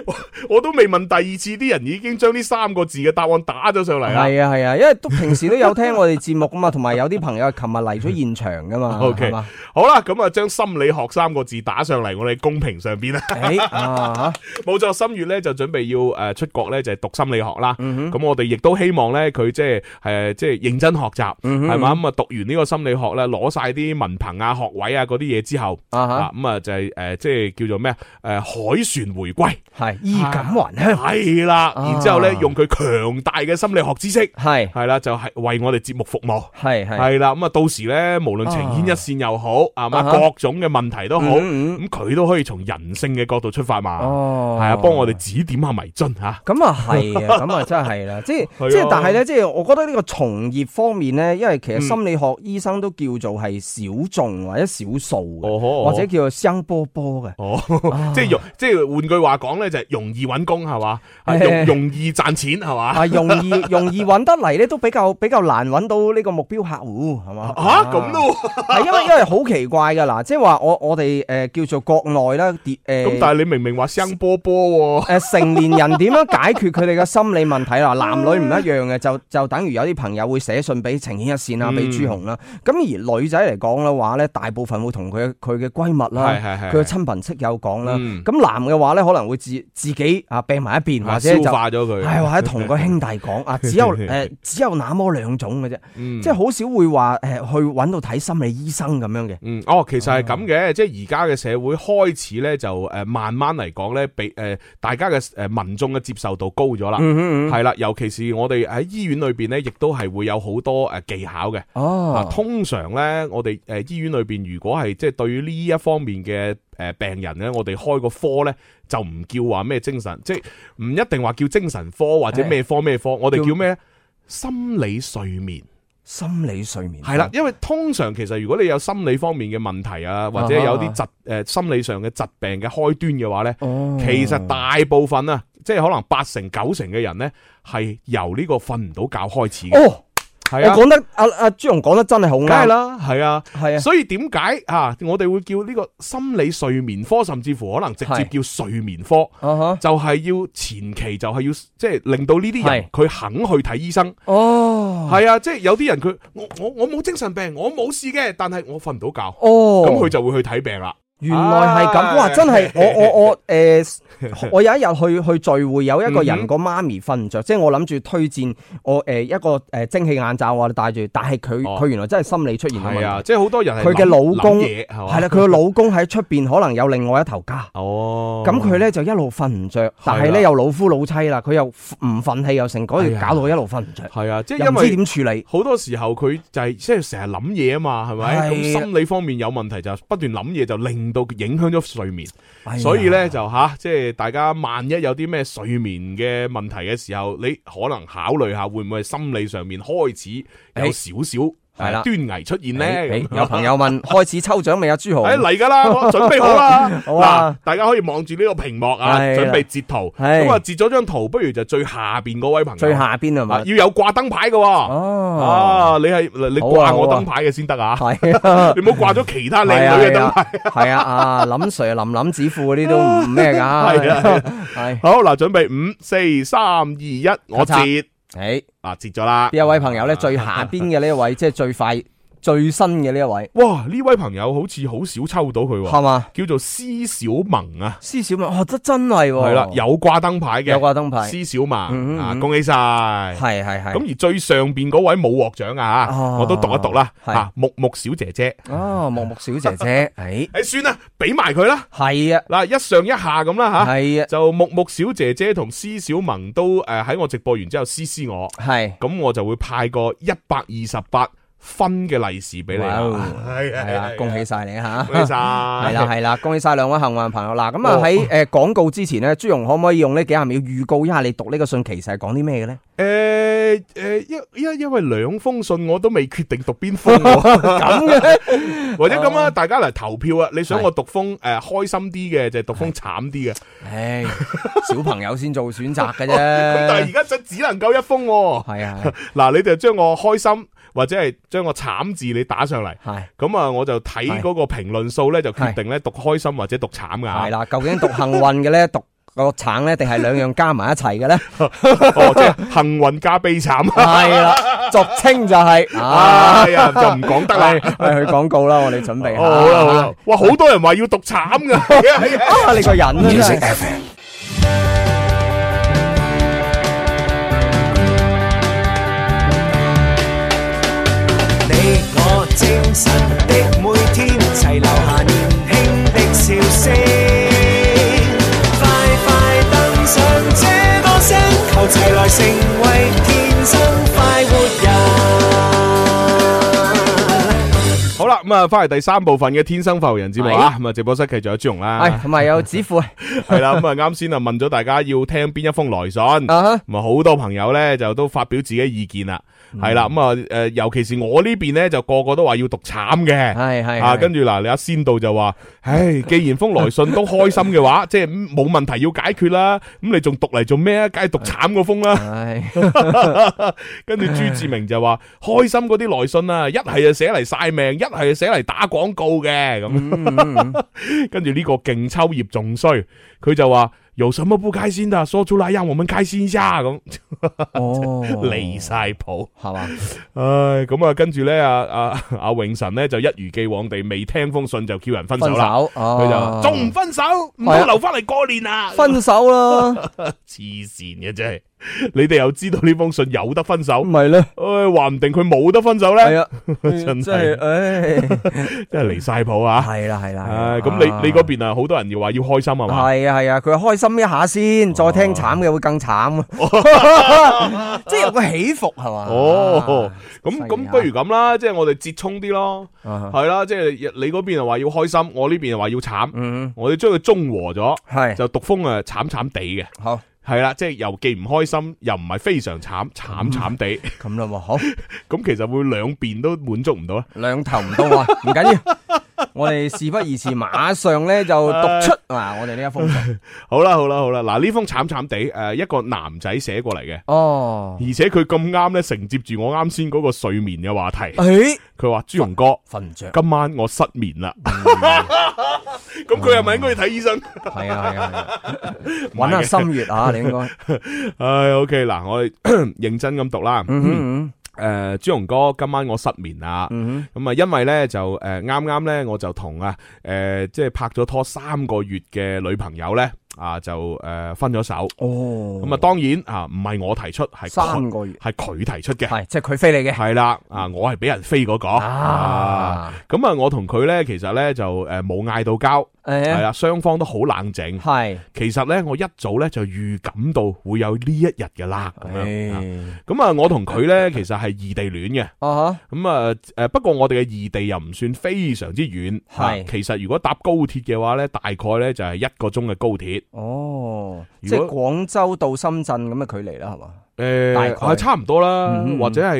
我我都未問第二次，啲人已經將呢三個字嘅答案打咗上嚟啦。
係啊係啊，因為都平時都有聽我哋節目噶嘛，同埋有啲朋友係琴日嚟咗現場噶嘛。
OK
係嘛
好啦，咁啊將心理學三個字打上嚟，我哋公屏上邊 啦。
誒啊
冇錯，心月咧就準備要呃誒出國咧，就係讀心理學啦。
嗯
咁我哋亦都希望咧，佢即係誒即係認真學習，
嗯
係嘛咁啊？讀完呢個心理學咧，攞晒啲文憑啊、學位啊嗰啲嘢之後，
啊
啊
哈，
咁啊就係誒即係叫做咩誒海船回歸，
係衣錦還鄉，
係啦。
啊
然之後咧，用佢強大嘅心理學知識，
係
係啦，就係為我哋節目服務。
係係
係啦，咁啊，到時咧，無論情牽一線又好，啊嘛，
啊哈
各種嘅問題都好，
嗯
咁佢都可以從人性嘅角度出發嘛。
哦
系啊，幫我哋指點下迷津吓。
咁啊係啊， 咁啊真係啦，即
係啊
係即係，但係咧，即係我覺得呢個從業方面咧，因為其
嗯
實心理學醫生都叫做係小眾或者少數嘅，
哦
或者叫做雙波波嘅。
哦，
啊
即係容，即係換句話講咧，就係容易揾工係嘛，啊
誒
容容易賺錢係嘛。
啊，容易 容易揾得嚟咧，都比較比較難揾到呢個目標客戶，係嘛？啊
吓啊咁咯喎，
係因為因為好奇怪㗎嗱，即係話我我哋誒叫做國內啦，跌呃
咁
誒
但係你明明話生波波喎，
誒成年人點樣解決佢哋嘅心理問題 啦？男女唔一樣嘅，就就等於有啲朋友會寫信俾情牽一線啊，
嗯
俾朱紅啦。咁而女仔嚟講嘅話咧，大部分會同佢佢嘅閨蜜
係
啦，
係係
佢嘅親朋戚友講啦。
嗯
咁男嘅話咧，可能會自自己啊病埋一邊，
啊
或者
消
就。
化咗佢，
係或者同個兄弟 講啊，只有誒、只有那麼兩種嘅啫，
嗯
即係好少會話誒、去揾到睇心理醫生咁樣嘅。
嗯，哦，其實係咁嘅，即係而家嘅社會開始咧，就誒慢慢嚟講咧，俾誒大家嘅誒民眾嘅接受度高咗啦，
嗯
係啦，尤其是我哋喺醫院裏邊咧，亦都係會有好多誒技巧嘅。啊，
哦，
通常咧，我哋呃誒醫院裏邊，如果係即係對於呢一方面嘅誒病人咧，我哋開個科咧，就唔叫話咩精神，即係唔一定話叫精神科或者咩科咩科，我哋
叫
叫咩呢？心理睡眠
心理睡眠
係啦，因為通常其實如果你有心理方面嘅問題啊，或者
啊哈
有啲疾誒、呃心理上嘅疾病嘅開端嘅話咧，
哦
其實大部分啊，即係可能八成九成嘅人咧，係由呢個瞓唔到覺開始嘅，
哦，我
係啊，
講得阿阿朱紅講得真係好啱，
梗係，啦，係啊。
係啊，
所以點解啊？我哋會叫呢個心理睡眠科，甚至乎可能直接
係
叫睡眠科，
啊哈，
就係要前期就係要即係令到呢啲人
係
佢肯去睇醫生。
哦，
係啊，即係有啲人佢我我我冇精神病，我冇事嘅，但係我瞓唔到覺，
哦，
咁佢就會去睇病啦。
原來係
唉
咁，哇！真係我我我誒，我有一日去去聚會，有一個
嗯哼
人個媽咪瞓唔着，即係我諗住推薦我誒一個誒蒸汽眼罩，我哋戴住，但係佢
哦
佢原來真係心理出現咗
係
問
啊，
題，
即係好多人係
佢嘅
諗
老公
諗嘢係嘛
係啦，佢個老公喺出邊可能有另外一頭家。
哦，
咁佢咧就一路瞓唔着，但係
係啦
咧又老夫老妻啦，佢又唔忿氣又成，嗰
哎呀
條搞到一路瞓唔着，
係啊，即係
又
因
唔知
為
點處理。
好多時候佢就係即係成日諗嘢啊嘛，係咪？
係
咁
啊
心理方面有問題就不斷諗嘢，就令到影響咗睡眠。
哎呀
所以咧就吓，即係大家萬一有啲咩睡眠嘅問題嘅時候，你可能考慮下會唔會係心理上面開始有少少
係啦
端倪出現咧
誒？哎誒有朋 友問開始抽獎未啊？朱豪，
诶哎嚟噶 啦，我準備好啦。
好啊
嗱，大家可以望住呢個屏幕啊，
係啊
準備截圖。
係
咁啊，截咗張圖，不如就最下边嗰位朋友，
最下邊係
啊
嘛？
要有掛燈牌嘅喎。
哦，
啊，你係你你
好啊
掛我
好啊
燈牌嘅先得啊，
係 啊。
你唔好掛咗其他靚
係啊
女嘅
係
燈牌。
啊，係啊，啊林 Sir、林林子父嗰啲都 唔咩噶，
係啊係
係，
好嗱，準備五、四、三、二、一，我
咔嚓
截
誒
嗱，截咗啦
邊。一位朋
啊
友咧最下邊嘅呢一位，即係最快最新嘅呢一位，
哇！呢位朋友好似好少抽到佢
係
喎，
嘛？
叫做施小萌啊，
施小敏，哦，真真係
系
喎，
啦，有掛燈牌
有
嘅
掛燈牌，
施小
嗯
萌
嗯
啊，
嗯
恭喜晒！
係係係。
咁而最上邊嗰位冇獲獎啊，
哦
我都讀一讀啦，
係
啊，木木小姐姐，
哦，木木小姐姐，诶，
诶，算啦，俾埋佢啦，
系啊，
嗱，一上一下咁啦吓，
系啊，
就木木小姐姐同施小萌都诶喺我直播完之後私私我，
系。
咁我就會派個一百二十八分嘅利是俾你啦，
哇
係啊
系啦，恭喜！晒你吓，
恭喜 晒！
系啦系啦，恭喜晒兩位幸運朋友嗱。咁啊
哦
喺诶廣告之前呢，朱容可唔可以用呢幾廿秒預告一下你讀呢個信其實係講啲咩 嘅咧？
诶诶，因因因为两封信我都未決定讀邊封 喎，
咁嘅
或者咁啊，大家嚟投票啊！你想我讀封诶開心啲嘅，就係讀封慘啲嘅。咁
唉，小朋友先做選擇嘅啫。
但係而家就只能夠一封喎。
係啊
嗱，你就將我開心或者係將我慘字你打上嚟，
係
咁啊我就睇嗰個評論數咧，就決定咧讀開心或者讀慘
係
噶。
啦，究竟讀幸運嘅咧， 讀個橙咧，定係兩樣加埋一齊嘅咧？
哦，即係幸運加悲慘。
係啦，俗稱 就係啊，
哎呀，就唔講得啦。
係係去廣告啦，我哋準備下。
哦，好啦好啦，哇，好多人話要讀慘 噶。
啊！你個人啊真係
FM
你我精神的每天，齊留下年輕的笑聲。快快登上這歌聲，求齊來成為天生快活人。
好啦，咁啊，翻嚟第三部分嘅《天生浮人》節目啊，咁啊，直播室繼續有朱容
係
啦，
同埋有指父。
係啦，咁啊，啱先啊問咗大家要聽邊一封來信，咁
啊 哈
啊，好多朋友咧就都發表自己意見啦，
嗯
係啦，咁啊，诶，尤其是我呢邊咧就個個都話要讀慘嘅。
係係
啊，
係
跟住嗱，你阿仙道就話：，唉，既然封來信都開心嘅話，即 係冇問題要解決啦。咁你仲讀嚟做咩啊？梗係讀慘嗰封啦。
唉，
跟住朱志明就話：開心嗰啲來信啊，一係就寫嚟晒命，一係就寫嚟打廣告嘅咁。
嗯
跟住呢個勁抽葉仲衰，佢就話有什麼不開心的，說出來讓我們開心一下咁，
哦，
離晒譜。
係嘛？
唉，咁啊， 跟住咧，阿阿阿永神咧就一如既往地未聽封信就叫人分手
分
啦。
手，
佢
哦
就仲唔分手，唔
係
好
啊
留翻嚟過年啊！
分手啦，
黐線嘅真係，你哋又知道呢封信有得分手，
咪咧，
唉，話唔定佢冇得分手咧
嗯係，啊，
真係
真係，唉，
真係離晒譜啊！
係啦係啦，
唉，咁你你嗰邊啊，好多人要話要開心啊嘛？
係啊係啊，佢話開心一下先，再聽慘嘅會更慘， 即係有個起伏係嘛？
哦，咁
犀利啊
咁不如咁啦，即係我哋折衷啲咯，
啊，
係啦，即係你嗰邊又話要開心，我呢邊又話要慘，
嗯，
我哋將佢中和咗，
係
就讀風啊慘慘地嘅，
好
係啦，即係又既唔開心，又唔係非常慘，慘慘地，
咁啦喎，好
咁其實會兩邊都滿足唔到啊。
兩頭唔到岸，唔緊要，我哋事不宜遲，馬上咧就讀出啊，我哋呢一封信，
好啦好啦好啦，嗱呢封慘慘地誒一個男仔寫過嚟嘅，
哦，
而且佢咁啱咧承接住我啱先嗰個睡眠嘅話題，
誒，
佢話朱紅哥。
瞓唔着。
今晚我失眠啦， 咁佢系咪應該要睇醫生？
系啊系啊，
係
揾下心月啊，你應該。
唉，OK 嗱，我哋 認真咁讀啦。
Ừ, 嗯
诶、呃朱紅哥，今晚我失眠啦。
嗯
咁啊，因為咧就诶啱啱咧，我就同啊诶即係拍咗拖三個月嘅女朋友咧啊就诶、呃分咗手。
嗯，哦，
咁啊，當然啊唔係我提出，係
三
佢
個月，
系佢提出嘅。
係即係佢飛你嘅。
係啦，啊我係俾人飛嗰、個。啊
啊，
咁啊，我同佢咧其實咧就诶冇嗌到交，係啊
诶，
啦，雙方都好冷靜。
係，
其實咧，我一早咧就預感到會有呢一日嘅啦，咁樣啊。
唉
咁啊，我同佢咧其實係異地戀嘅，
啊哈，
咁啊誒，不過我哋嘅異地又唔算非常之遠。
係
啊其實如果搭高鐵嘅話咧，大概咧就係一個鐘嘅高鐵。
哦，
如
即係
果
廣州到深圳咁嘅距離啦，係嘛？
诶，
大概
呃係差唔多啦
嗯嗯，嗯
或者係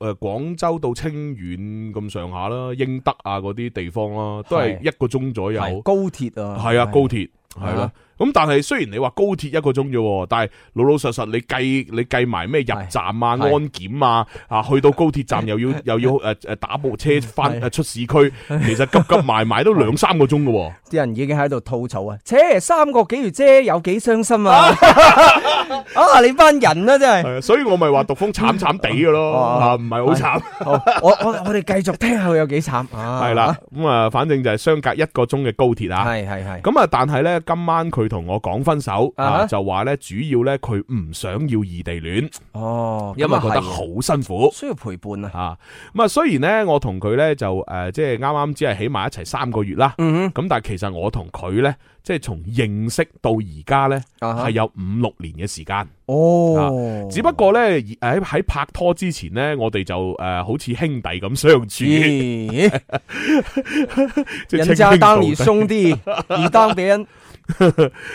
诶廣州到清遠咁上下啦，英德啊嗰啲地方啦，都係
係
一個鐘左右。
係高鐵啊，
係啊，高鐵係
啊
啦。咁但係雖然你話高鐵一個鐘啫喎，但係老老實實你計你計埋咩入站啊、安
係
檢啊，啊去到高鐵 站又要又要诶诶打部車翻
係
诶出市區， 其實急急埋 埋都兩三個鐘嘅。
啲人已經喺度吐槽啊！切，三個幾月啫，有幾傷心啊！ 啊，你班人啊，真係。
係，所以我咪話讀風慘慘地嘅咯，
哦
啊唔係好慘。
好，我我我哋繼續聽下佢有幾慘啊！
係啦，咁啊，反正就係相隔一個鐘嘅高鐵啊。
係，係係係。
咁啊，但係呢，今晚佢同我講分手
啊哈
啊，就話呢，主要呢，佢唔想要異地戀，
哦，
因為覺
咁啊
得
係啊
好辛苦。
需要陪伴啊。
啊，咁啊，雖然咧，我同佢咧就诶、呃即係啱啱只係起埋一齊三個月啦，
嗯
咁但係其實我同佢咧，即係從認識到而家咧，
哼，
係有五六年嘅時間。
哦，
啊只不過咧，而呃喺喺拍拖之前咧，我哋就诶、呃好似兄弟咁相處，即
咦，
係
人
稱
家
兄道
當
弟，
你兄弟，你當別 人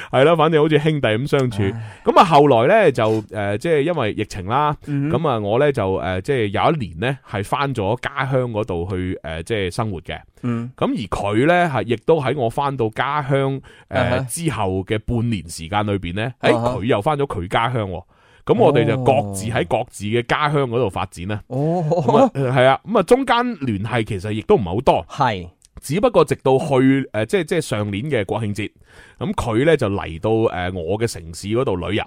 係啦，反正好似兄弟咁相處。咁啊，後來咧就诶、呃即係因為疫情啦，
咁
咁啊、我咧就诶、呃即係有一年咧係翻咗家鄉嗰度去诶、呃即係生活嘅。
嗯
咁而佢呢，係亦都喺我翻到家鄉诶、
啊哈
呃之後嘅半年時間裏边呢，诶
啊哈
佢、又翻咗佢家鄉喎。咁我哋就
哦
各自喺各自嘅家鄉嗰度發展啦。咁啊
哦，
係啊，咁啊中間聯繫其實亦都唔係好多，
係
只不過直到去诶、呃即係即系上年嘅國慶節，咁佢呢就嚟到诶、呃我嘅城市嗰度旅遊。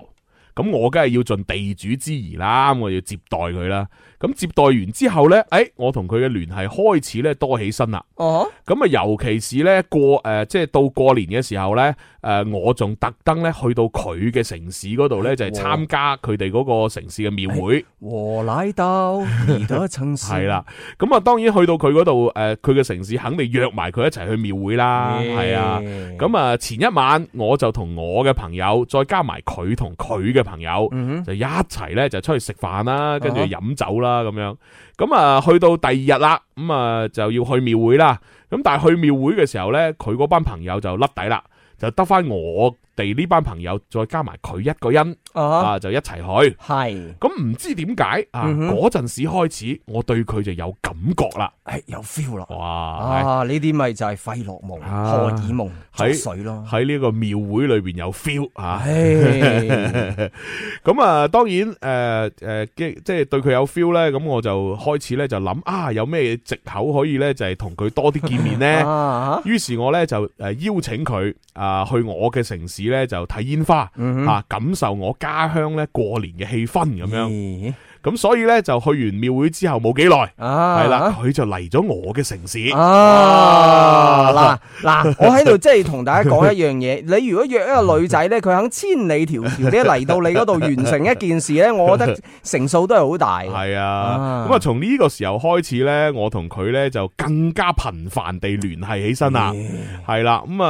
咁我梗係要盡地主之誼啦，咁我要接待佢啦。咁接待完之後呢，诶、我同佢嘅聯繫開始呢多起身啦。
哦，
咁啊，尤其是咧過誒、呃即係到過年嘅時候咧，誒、我仲特登咧去到佢嘅城市嗰度咧，就係、
哎哇
參加佢哋嗰個城市嘅廟會，
和奶豆，而得層事
係啦、咁啊，當然去到佢嗰度誒，呃佢、嘅城市肯定約埋佢一齊去廟會啦，係啊。
嗯
咁啊，前一晚我就同我嘅朋友，再加埋佢同佢嘅朋友，
嗯
就一齊咧就出去食飯啦，跟住
啊
飲酒啦咁樣。咁啊，去到第二日啦，咁啊就要去廟會啦。咁但係去廟會嘅時候咧，佢嗰班朋友就甩底啦，就得翻我哋呢班朋友，再加埋佢一個人
哼啊，
啊，就一齊去。
係
咁唔知點解啊？
嗯哼
嗰陣時開始，我對佢就有感覺哎啦。
係有 feel 啦。
哇！
啊！呢啲咪就係費洛蒙、
啊
荷爾蒙、作
喺
水咯。
喺呢個廟會裏邊有 feel 啊！
唉，
咁啊，當然诶诶，即、即係對佢有 feel 咧，咁我就開始咧就諗啊，有咩藉口可以咧就係同佢多啲見面咧？
啊，
於是我咧就诶邀請佢啊去我嘅城市咧就睇煙花。
嗯
啊，感受我家鄉咧過年嘅氣氛咁樣，
樣
咁所以咧就去完廟會之後冇幾耐，
啊，
係啦，佢就嚟咗我嘅城市，
啊！嗱嗱，我喺度即係同大家講一樣嘢，你如果約一個女仔咧，佢肯千里迢迢咧嚟到你嗰度完成一件事咧，我 覺得成數都係好大。
係
啊
啊，咁啊從呢個時候開始咧，我同佢咧就更加頻繁地聯繫起身啦。系啦，咁啊，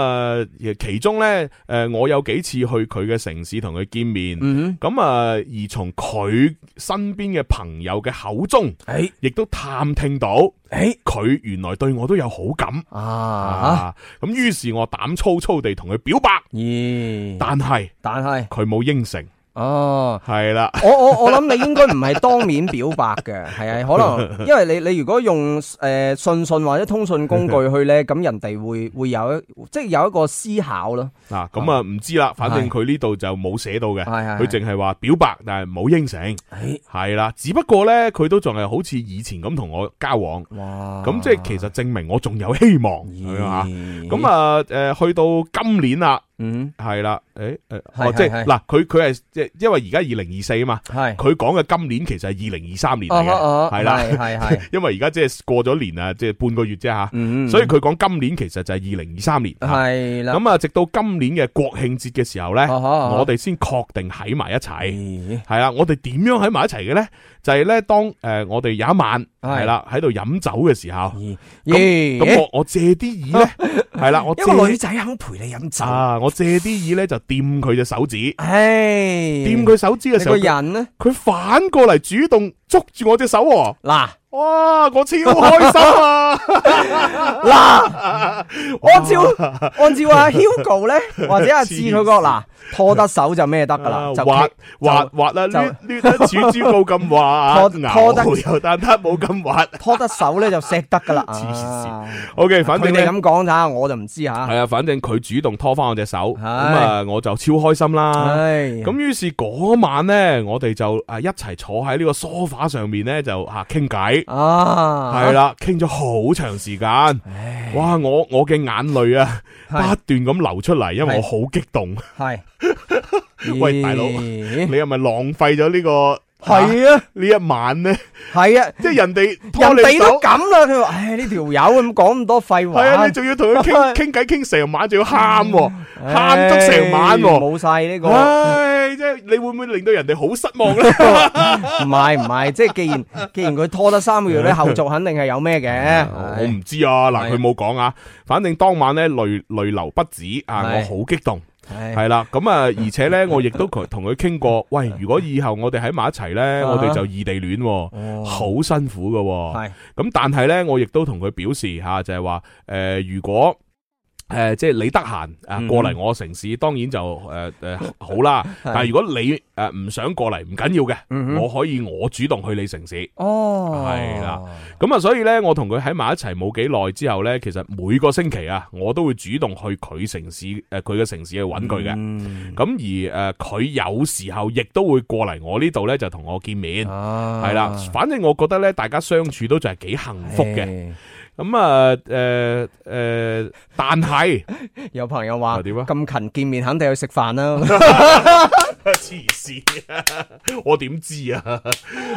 呃其中呢，诶，我有幾次去佢嘅城市同佢見面，
嗯
咁啊，而從佢身邊嘅朋友嘅口中，
哼，誒
亦都探聽到
誒
佢原來對我都有好感
啊，
啊，咁於是我膽粗粗地同佢表白，
咦？
但係
但係
佢冇應承，
哦。
係啦，
我我我谂你應該唔係當面表白嘅， 係啊，可能因為你你如果用诶、呃、信信或者通訊 工具去咧，咁人哋會會有一即係有一個思考咯，
嗱，咁啊唔知啦，反正
係
佢呢度就冇寫到嘅，
係係
佢淨係話表白，但係冇應承，
係
係啦，只不過呢，佢都仲係好似以前咁同我交往。
哇
咁即係其實證明我仲有希望係嘛？咁啊誒，去到今年啦，
嗯
係啦，誒誒，
係
哦，即
係
係
係
嗱，佢佢係即係因為而家二零二四啊嘛，
係。
佢講嘅今年其實係二零二三年
哦
嚟
哦
嘅，
哦，
係啦，
係係係，
因為而家即係過咗年啊，即係半個月啫嚇，
嗯，
所以佢講今年其實就係二零二三年。
係啦，
咁啊，直到今年嘅國慶節嘅時候呢，
哦哦哦
我哋先確定喺埋一齊。
咦
系啦，我哋點樣喺埋一齊嘅咧？就係咧，當诶我哋有一晚
係
係啦，喺度飲酒嘅時候，
咦
咁
咦，
咁我我借啲意 咧，係啦，我
一個女
借
仔肯陪你飲酒，
啊，我借啲意咧就掂佢隻手指，
唉，
掂佢手指嘅
嗯你
時候
個，人咧，
佢佢反過嚟主動捉住我隻手喎，
嗱，
哇！我超開心 啊！
按照按照阿 Hugo 咧，或者阿志佢個嗱拖得手就咩得噶啦，就
啊滑
企
滑
就
滑啦，
就
攣攣得似朱高咁 滑，啊
拖
牛
拖得
又但得冇咁滑。
拖得手咧就錫得噶啦。
黐線
啊
O K，反
佢
正
哋
咧。
咁講咋，我就唔知
系
吓。
啊，反正佢主動拖翻我隻手，咁
係哎
啊我就超開心啦。
唉，
咁於是嗰晚呢，我哋就啊一齊坐喺呢個 sofa 上面呢，就啊傾偈，
À. 啊，
係啦，傾咗好長時間。哇！我我嘅眼淚啊，不
係
斷咁流出嚟，因為我
係
好激 動。
係。
喂大佬你
咦
係咪浪費咗呢個
係啊，
呢一晚 呢？
係啊，
即係人哋拖
人
你
哋
手
都。咁啦，佢話：唉，呢條友咁講咁多廢
系啊，
話
你，仲要同 佢傾傾偈傾成晚，仲要喊喎，喊足
唉
成晚喎。
冇晒呢個。
唉，即係你會唔會令到人哋好失望咧？
唔係唔係，即係 既然既然佢拖得三個月咧，後續肯定係有咩嘅。
我唔知啊，嗱，
係
佢冇講啊。反正當晚咧，淚淚流不止啊，我
係
好激動，
唉
係啦。咁啊，而且咧， 我亦都同同佢傾過，喂，如果以後我哋喺埋一齊咧，我哋就異地戀喎，好辛苦噶。
係
咁但係咧，我亦都同佢表示吓，就係話诶，誒如果诶、誒即係你得閒啊，過嚟我城市，當然就诶诶、誒好啦。但係如果你诶唔想過嚟，唔緊要嘅，我可以我主動去你城市。
哦，
係啦，咁啊，所以咧，我同佢喺埋一齊冇幾耐之後咧，其實每個星期啊，我都會主動去佢城市诶，誒佢嘅城市去揾佢嘅。
嗯
咁而誒呃佢、有時候亦都會過嚟我呢度咧，就同我見面，係
啊
啦、反正我覺得咧，大家相處都就係幾幸福嘅。
嘅。
咁啊，誒誒，但係
有朋友話
啊點啊
咁勤見面，肯定去食飯 啦。
黐線 啊！我點知啊？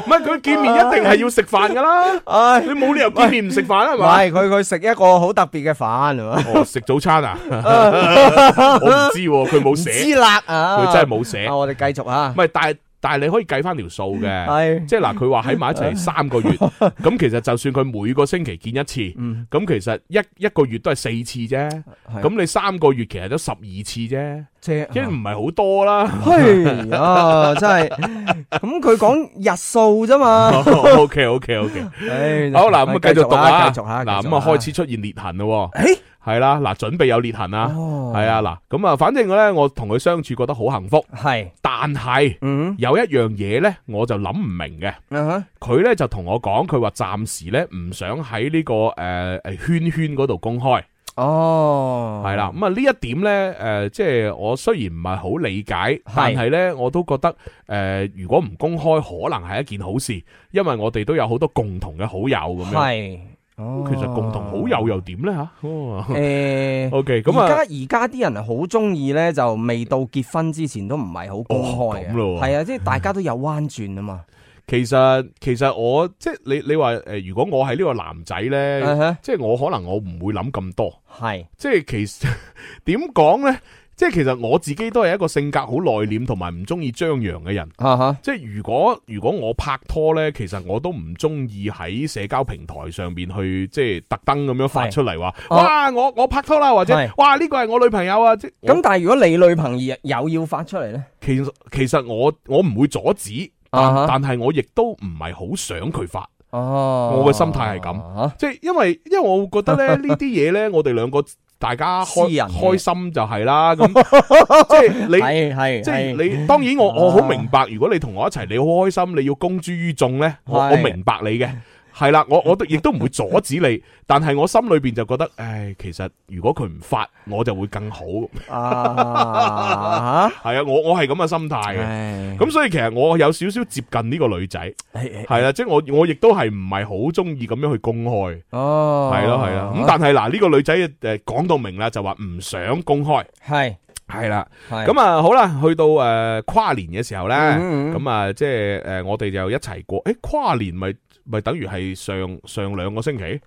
唔係佢見面一定係要食飯噶啦，
唉
你，冇理由見面唔食飯啊
唔
嘛？
係佢佢食一個好特別嘅飯係嘛，
哦，食早餐 啊？我唔知喎，佢冇
唔知
寫，
啦啊，
佢真係冇寫
啊。。我哋繼續啊
唔，係，但係但係你可以計翻條數嘅。
係
即係嗱，佢話喺埋一 齊三個月，咁其實就算佢每個星期見一次，
嗯
咁其實一一個月都係四次啫，
係啊
咁你三個月其實都十二次啫，
即
即係唔係好多 啦。
係啊，真係咁佢講日數啫嘛。
O K O K O K，
唉
哦好嗱，咁啊繼續讀啊，
繼續啊，
嗱
繼
咁
續
啊開始出現裂痕咯喎，
誒
係啦，嗱準備有裂痕啦，
哦
係啊，嗱咁啊，反正咧我同佢相處覺得好幸福，
係
但係
嗯
有一樣嘢咧我就諗唔明嘅。
嗯哼
佢咧就同我講，佢話暫時咧唔想喺呢、個呃誒誒、圈圈嗰度公開，
哦，
係啦、咁啊呢一點咧誒、即係我雖然唔係好理解，但係咧我都覺得誒、呃如果唔公開可能係一件好事，因為我哋都有好多共同嘅好友咁樣。哦
系，哦
咁其實共同好友又點咧嚇
诶。
？OK，咁
咁而家
啊，
而家啲人係好中意咧，就未到結婚之前都唔係好公開
哦咁
嘅，
咯喎
係啊，即係大家都有彎轉啊嘛，
其實其實我即係你你話誒、呃如果我係呢個男仔咧
嗯哼
即係我可能我唔會諗咁多。
係
即係其實 點講呢？即係其實我自己都係一個性格好內斂同埋唔中意張揚嘅人。
啊哈，
即係如果如果我拍拖呢，其實我都唔中意喺社交平台上邊去即係特登咁樣發出嚟話，
哦
哇我我拍拖啦，或者
係
哇呢個係我女朋友啊。即
咁
咁
但係如果你女朋友有要發出嚟咧，
其實其實我我唔會阻止，但
啊哈
但係我亦都唔係好想佢發。
哦，
我嘅心態係咁
咁，
即係因為因為我會覺得 咧呢啲嘢咧，我哋兩個大家開
私人嘅
開心就係啦。 咁即係你
係係
即係
係
你，當然我我好
啊
明白，如果你同我一齊，你好開心，你要公諸於眾呢，我
係
我明白你嘅。係啦，我我都亦都唔會阻止你， 但係我心裏邊就覺得，唉，其實如果佢唔發，我就會更好。
啊哈，
係啊，我我係咁嘅心態嘅。
係
咁所以其實我有少少接近呢個女仔，
係
係啦，即係我我亦都係唔係好中意咁樣去公開，
哦，
係咯係啦。咁但係嗱，呢個女仔誒講到明啦，就話唔想公開，
係
係啦。
係
咁啊，好啦，去到誒、呃跨年嘅時候咧，
嗯嗯
咁啊、即係誒、呃我哋就一齊過。誒、跨年咪咪等於係上上兩個星期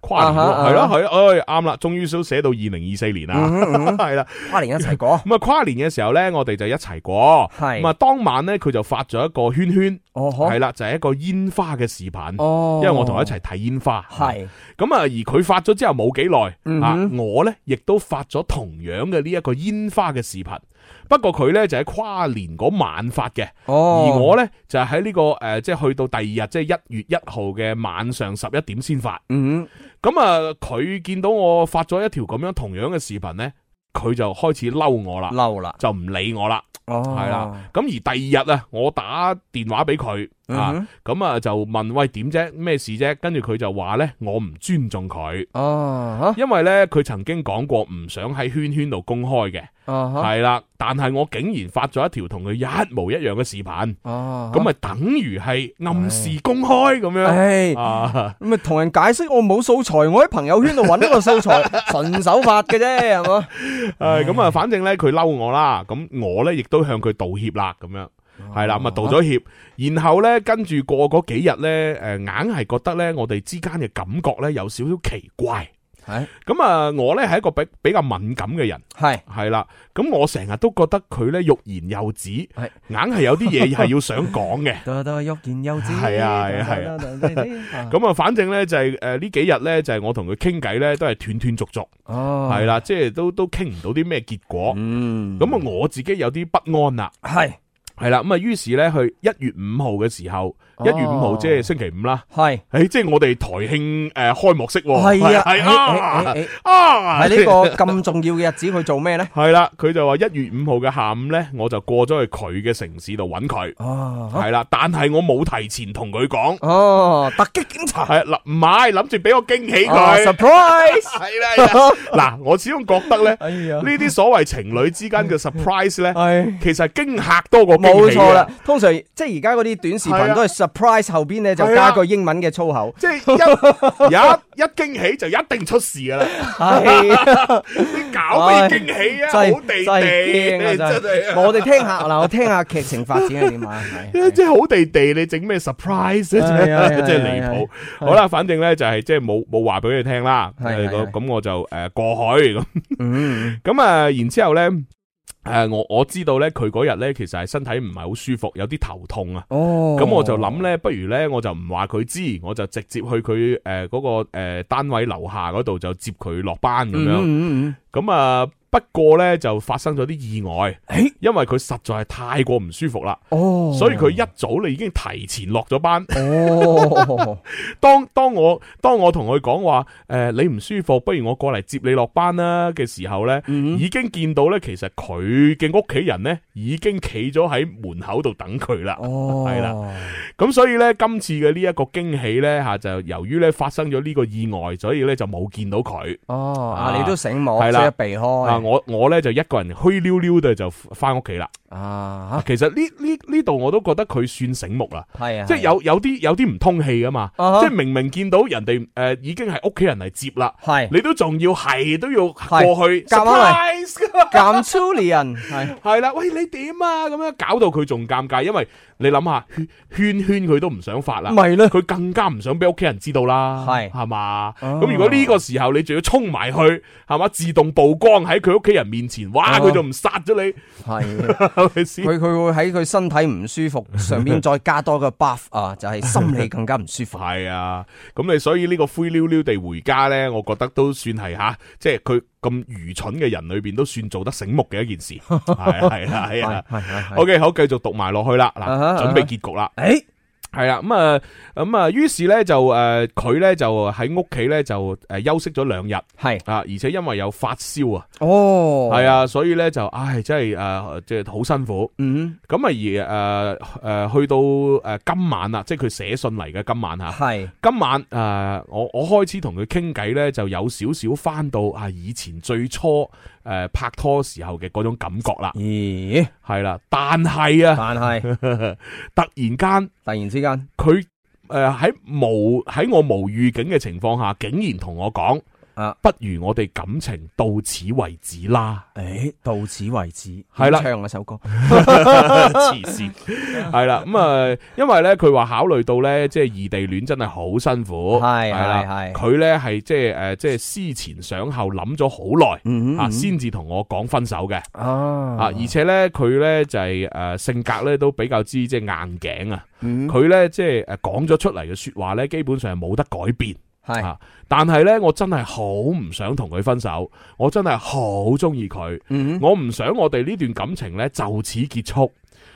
跨年
啊哈
喎係
啊
啦
哈嗯
係啦，哎唉啱啦，終於都寫到二零二四年啦， 係啦。
跨年一齊過，
咁啊，跨年嘅時候咧，我哋就一齊過。
係
咁啊，當晚咧佢就發咗一個圈圈，
哦呵
係啦，就係一個煙花嘅視頻。
哦
因為我同佢一齊睇煙花，
係
咁啊，而佢發咗之後冇幾耐，
嗯
啊
哼，
我呢亦都發咗同樣嘅呢一個煙花嘅視頻，不過佢呢，就喺跨年嗰晚發嘅，
哦，
而我呢，就係喺呢個誒、呃即係去到第二日，即係一月一號嘅晚上十一點先發。
嗯
咁啊，佢見到我發咗一條咁樣同樣嘅視頻呢，佢就開始嬲我啦
哼，嬲啦，
就唔理我啦。
哦，
係啦，咁而第二日啊，我打電話俾佢啊
嗯，
咁啊就問喂點啫，咩事啫？跟住佢就話呢，我唔尊重佢，
哼，哦，
因為呢，佢曾經講過唔想喺圈圈度公開嘅，
吓，哦，吓，
係啦。但係我竟然發咗一條同佢一模一樣嘅視頻，
哦，
咁咪等於係暗示公開咁樣
唉，
啊。
咁咪同人解釋我冇素材，我喺朋友圈度揾一個素材，順手發嘅啫，係嘛？
诶，咁啊，反正咧佢嬲我啦，咁我咧亦都向佢道歉啦，咁样系啦，咁啊道咗歉，然後咧跟住過嗰幾日咧，诶硬係覺得咧我哋之間嘅感覺咧有少少奇怪，
係
咁啊我咧係一個比比较敏感嘅人，
係
係啦，咁我成日都覺得佢咧欲言又止，硬
係啊
係有啲嘢係要想講 嘅。
得得，喐件幼稚，
係啊係啊係
啊
咁啊，反正咧就係诶呢幾日咧就係我同佢傾偈咧都係斷斷續續，
哦，
係，啦，即係都都倾唔到啲咩結果，
嗯，
咁啊我自己有啲不安啦。
係
系啦，咁啊，於是咧，去一月五號嘅時候，
哦
一月五號即係星期五啦。
係
诶，即係我哋台慶诶開幕式喎，
係啊，
係啊
喺
啊，
呢個咁重要嘅日子去做咩咧？
係啦，佢就話一月五號嘅下午咧，我就過咗去佢嘅城市度揾佢，
哦，
係啦，但係我冇提前同佢講，
哦，突擊檢查，
係啊啦，唔係諗住俾我驚喜
啊
佢，
surprise，
係啦，係 啦嗱，我始終覺得咧，
哎呀，
呢啲所謂情侶之間嘅 surprise 咧，
係。
其實係驚嚇多過驚喜
冇
嘅
錯啦，，通常即係而家嗰啲短視頻都係 surprise 後邊咧就加句英文嘅 粗口，
即係 一有一一驚喜就一定出事噶啦。
係
你搞咩惊喜 啊？好地地，
啊真係
真啊系。
我哋聽下嗱，我聽下劇情發展係點啊？係
即系好地地，你整咩 surprise 咧？
哎呀哎呀
真係離
哎呀
譜。好啦，反正咧就係即係冇冇話俾佢聽啦。
係係
誒
係
咁我就诶過去咁
嗯，
咁啊，然之后咧诶我我知道咧佢嗰日咧其實係身體唔係好舒服，有啲頭痛啊。
哦，
咁我就諗咧，不如咧我就唔話佢知，我就直接去佢诶嗰個诶单位樓下嗰度就接佢落班咁
嗯，
樣。
嗯嗯
咁啊，不過咧就發生咗啲意外，
誒
因為佢實在係太過唔舒服啦，
嗯哦，
所以佢一早咧已經提前落咗班。
哦，
當當我當我同佢講話，诶、你唔舒服，不如我過嚟接你落班啦嘅時候咧，
嗯
已經見到咧，其實佢嘅屋企人咧已經企咗喺門口度等佢啦。
哦，
係啦，咁所以咧，今次嘅呢一個驚喜咧吓，就由於咧發生咗呢個意外，所以咧就冇見到佢。
哦，
啊
啊，你都醒目，
係
即
啦
哦係避
啊！
開
我我咧就一個人虛溜溜地就翻屋企啦。
啊，
其實呢呢呢度我都覺得佢算醒目啦，
係啊，
即係有有啲有啲唔通氣噶嘛，
啊哈
即係明明見到人哋诶、呃已經係屋企人嚟接啦，
係
你都仲要係都要
係
過去
夾硬
surprise
咁 c h i 人係
係啦，喂你點啊咁樣搞到佢仲尷尬，因為你諗下圈圈圈佢都唔想發啦。
咪咧？
佢更加唔想俾屋企人知道啦，
係
係嘛？
哦
咁如果呢個時候你仲要衝埋去，係嘛？自動曝光喺佢屋企人面前，哇！
哦
佢就唔殺咗你，
係。
係咪先？
佢佢會喺佢身體唔舒服上邊再加多個 buff 啊，就係心理更加唔舒服。
系啊，咁你所以呢個灰溜溜地回家呢，我覺得都算係吓，即係佢咁愚蠢嘅人裏边都算做得醒目嘅一件事，係係啦 係啊。
係係係。
OK，好，繼續讀埋落去啦，嗱
啊哈，
準備結局啦，
誒
係啦，咁啊，咁啊，於是呢，就诶，佢呢就喺屋企呢，就诶休息咗兩日
係
啊，而且因為有發燒啊，
哦，
係，啊，所以呢，就唉，真係诶，即係好辛苦。
嗯，
咁啊而诶诶，去到诶今晚啦，即係佢寫信嚟嘅今晚吓。
係
今晚誒、呃我我開始同佢傾偈呢，就有少少翻到啊以前最初誒、呃拍拖時候嘅嗰種感覺啦，
咦？
係啦。但係啊，
但係
突然間
突然之間，
佢誒喺無喺我無預警嘅情況下，竟然同我講
啊，
不如我哋感情到此為止啦。
誒到此為止，
係啦
點唱嗰啊首歌，
啊黐 線，係啦，咁啊，因為咧，佢話考慮到咧，即係異地戀真係好辛苦，係
係
啦
係係
佢咧係即係诶，誒即係思前想後諗咗好
嗯
耐啊，先至同我講分手嘅啊，
啊
而且咧佢咧就係诶性格咧都比較之
嗯
呃即係硬頸啊，佢咧即係诶讲咗出嚟嘅说話咧，基本上係冇得改變，
係
啊但係呢，我真係好唔想同佢分手，我真係好中意佢，
嗯哼
我唔想我哋呢段感情呢就此結束。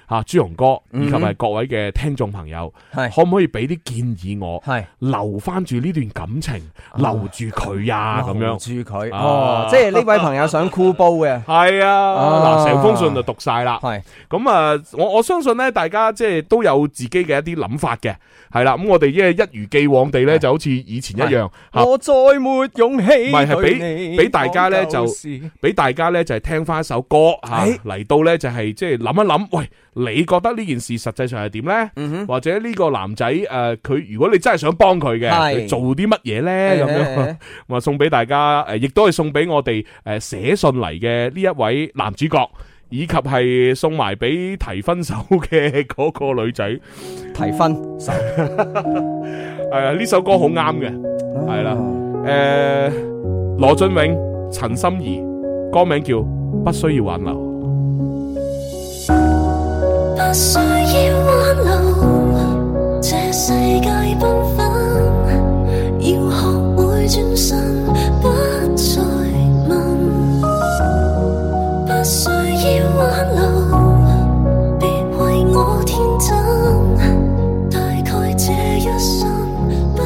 啊，朱紅哥以及
嗯
係
哼哎
各位嘅聽眾朋友，
係
可唔可以俾啲建議我，
係
留翻住呢段感情，留住佢呀？啊咁樣
啊留住佢
啊
哦，即係呢位朋友想箍煲 嘅，
係啊，嗱，
啊
成封信就讀晒啦。
係
咁啊，我我相信咧，大家即係都有自己嘅一啲諗法嘅，係啦。咁我哋一一如既往地
哎
咧，就好似以前一樣，嚇
我再沒勇氣
啊唔係係俾
對你
俾大家呢
講
就
舊事
俾大家咧就係聽翻一首歌嚇，
係
嚟到咧就係即係諗一諗，喂，你覺得呢件事實際上係點咧？或者呢個男仔誒，呃佢、如果你真係想幫佢嘅，
係
佢做啲乜嘢 咧？咁樣
誒
咁啊，送俾大家誒，亦都係送俾我哋誒寫信嚟嘅呢一位男主角。以及係送埋俾提分手嘅嗰個女仔，
提分手
係啊，呢首歌好啱嘅。係啦
哦
誒、羅俊永、陳心怡，歌名叫《不需要挽留》。
不需要挽留，這世界繽紛，要學會轉身，不再問。不需要挽留，別為我天真，大概這一生不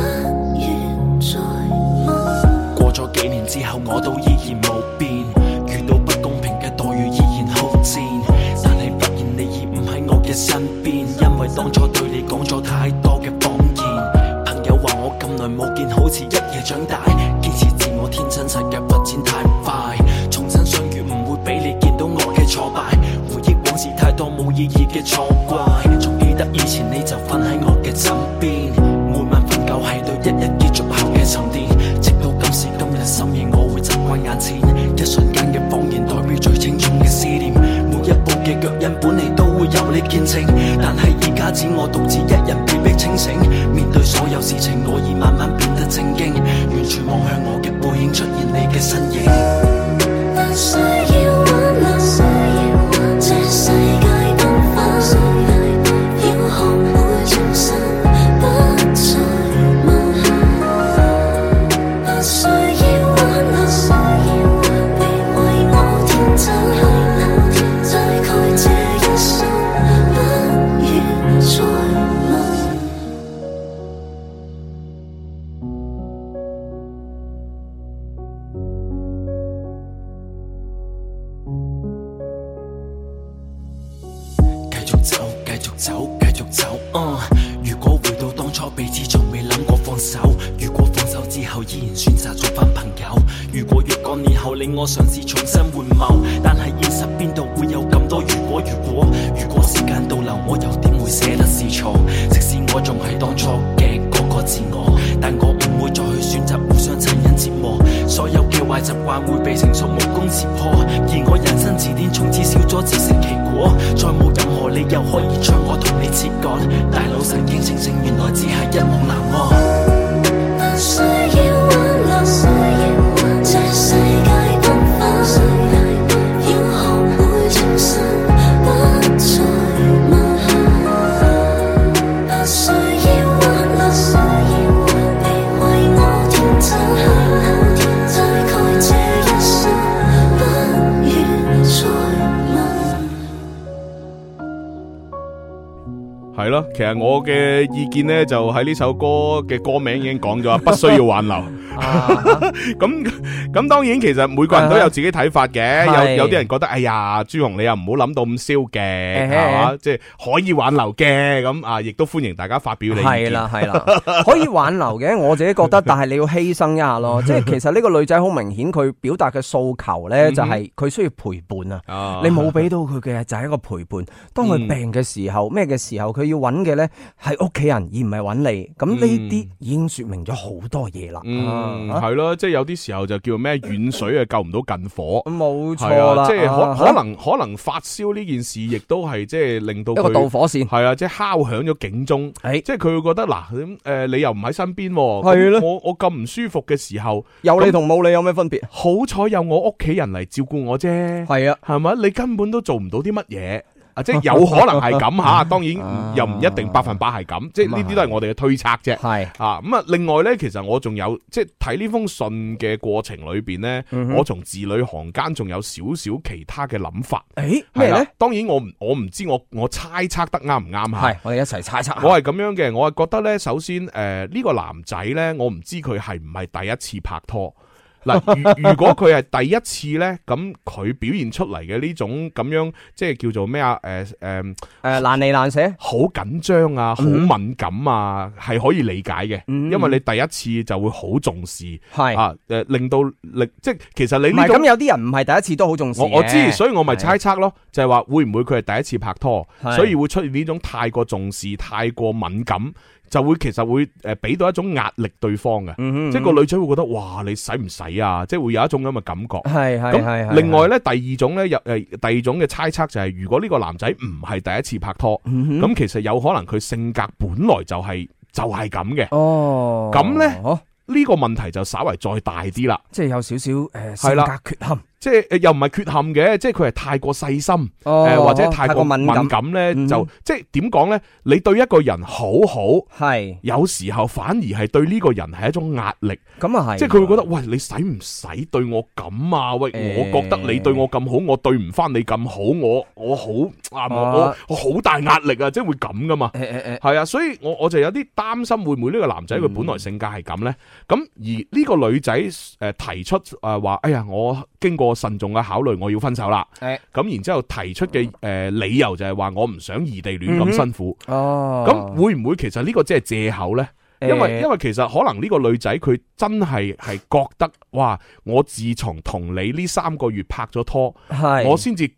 願再問。
過咗幾年之後，我都依然冇變，遇到不公平嘅待遇依然好賤。但係發現你已唔喺我嘅身邊，因為當初對你講咗太多嘅謊言。朋友話我咁耐冇見，好似一夜長大。堅持自我天真，世界發展太快，重新相遇唔會俾你見到我嘅挫敗。回憶往事太多冇意義嘅錯怪，仲記得以前你就瞓喺我嘅身邊，每晚瞓覺係對一日結束後嘅沉澱。直到今時今日深夜，我會習慣眼前一瞬間嘅謊言，代表最清重嘅思念。每一步嘅腳印本嚟都會有你見證，但係而家只我獨自一人被逼清醒。面對所有事情，我已慢慢變得正經，完全望向我嘅背影，出現你嘅身影。
不需要挽留，這世界繽紛，要學會轉身，不再問。不需要挽留，別為我天真，大概這一生不願再問。
繼續走，繼續走，繼續走。啊！如果回到當初，彼此從未諗過放手。如果放手之後依然選擇做翻朋友。如果若干年後令我嘗試重新換貌，但係現實邊度會有咁多如果？如果如果時間倒流，我又點會捨得試錯？即使我仲係當初嘅嗰個自我，但我唔會再去選擇互相殘忍折磨。所有嘅壞習慣會被成熟武功刺破，而我人生字典從此少咗自食其果，再冇任何理由可以將我同你切割。大腦神經清醒，原來只係一夢難安。
不需要挽留，這世界繽紛，要學會轉身，不再問。不需要挽留，別為我天真，大概這一生不願再問。
系咯，其實我嘅意見呢，就喺呢首歌嘅歌名已經講咗，不需要挽留。 咁咁當然，其實每個人都有自己睇法嘅，
係
有有啲人覺得，哎呀，朱紅你又唔好諗到咁燒嘅，
誒
係嘛，即係可以挽留嘅，咁啊，亦都歡迎大家發表你意
係
見。
啦係啦，可以挽留嘅，我自己覺得，但係你要犧牲一下 咯。即係其實呢個女仔好明顯，佢表達嘅訴求呢，就係佢需要陪伴啊。
嗯啊，嗯
你冇俾到佢嘅就係一個陪伴。當佢病嘅時候，咩嘅時候，佢要揾嘅呢係屋企人，而唔係揾你。咁呢啲已經説明咗好多嘢啦。
嗯，
啊
係咯，即係有啲時候就叫咩遠水啊救唔到近火。係
冇錯啦，
啊，即係
啊
可可能可能發燒呢件事，亦都係即係令到
一個導
佢
火線。
係啊，即係敲響咗警鐘。
誒，
即係佢會覺得嗱咁誒，你又唔喺身邊喎，
哎係
咁
咯
我我咁唔舒服嘅時候，
有你同冇你有咩分別？
好彩有我屋企人嚟照顧我啫，
係啊，
係咪？你根本都做唔到啲乜嘢，啊， 即係有可能係咁吓，當
啊
然又唔一定百分百係咁，即係呢啲都係我哋嘅推測啫。
系
啊，咁啊，另外呢，其實我仲有即係睇呢封信嘅過程裏邊呢，
嗯
我從字裏行間仲有少少其他嘅諗法。
诶
係
咩
啦
咧？，
當然我唔我唔知我我猜測得啱唔啱吓。
系我哋一齐猜测下。
啊我係咁樣嘅，我係覺得呢，首先诶呢個男仔呢，我唔知佢係唔係第一次拍拖。嗱， 如如果佢係第一次呢，咁佢表現出嚟嘅呢種咁樣，即係叫做咩啊？诶、诶，
诶难离难舍，
好緊張啊，好敏感啊，係可以理解嘅，
嗯
因為你第一次就會好重視
系唔
啊，诶、令到令即係其實你
系
呢種
咁？有啲人唔系第一次都好重视
我我知，所以我咪
係
猜測咯，就係話會唔會佢係第一次拍拖，
係
所以會出現呢種太過重視、太過敏感，就會其實會诶俾到一種壓力對方嘅，
嗯
即係個女仔會覺得哇你使唔使啊？即係會有一種咁嘅感覺。
系系
咁
系。
另外咧，第二種咧，有誒第二種嘅猜測就係，如果呢個男仔唔係第一次拍拖，
嗯
咁其實有可能佢性格本來就係就係咁嘅。
哦，
咁呢
哦，
呢個問題就稍為再大啲啦，
即系有少少诶
係
性
啦
格缺陷，
即係呃誒又唔係缺陷嘅，即係佢係太過細心。诶，
诶
或者太過敏
感，
感咧，
嗯
就即係點講咧？你對一個人好好，
系
有時候反而係對呢個人係一種壓力，
咁啊系，
即係佢會覺得喂，你使唔使對我咁啊？喂，
誒
我覺得你對我咁好，我對唔翻你咁好，我我好啊，我我
啊
我好大壓力啊！即係會咁噶嘛？
诶诶诶，
係啊，所以我我就有啲擔心，會唔會呢個男仔佢本
嗯
來性格係咁呢？咁而呢個女仔诶提出诶話，哎呀，我經過慎重嘅考慮，我要分手啦。
誒
咁然之後提出嘅诶理由就係話，我唔想異地戀
哦嗯哼
咁辛苦。
哦，
咁會唔會其實呢個只係借口呢？因為
誒
因為其實可能呢個女仔佢真係係覺得，哇！我自從同你呢三個月拍咗拖，
係
我先至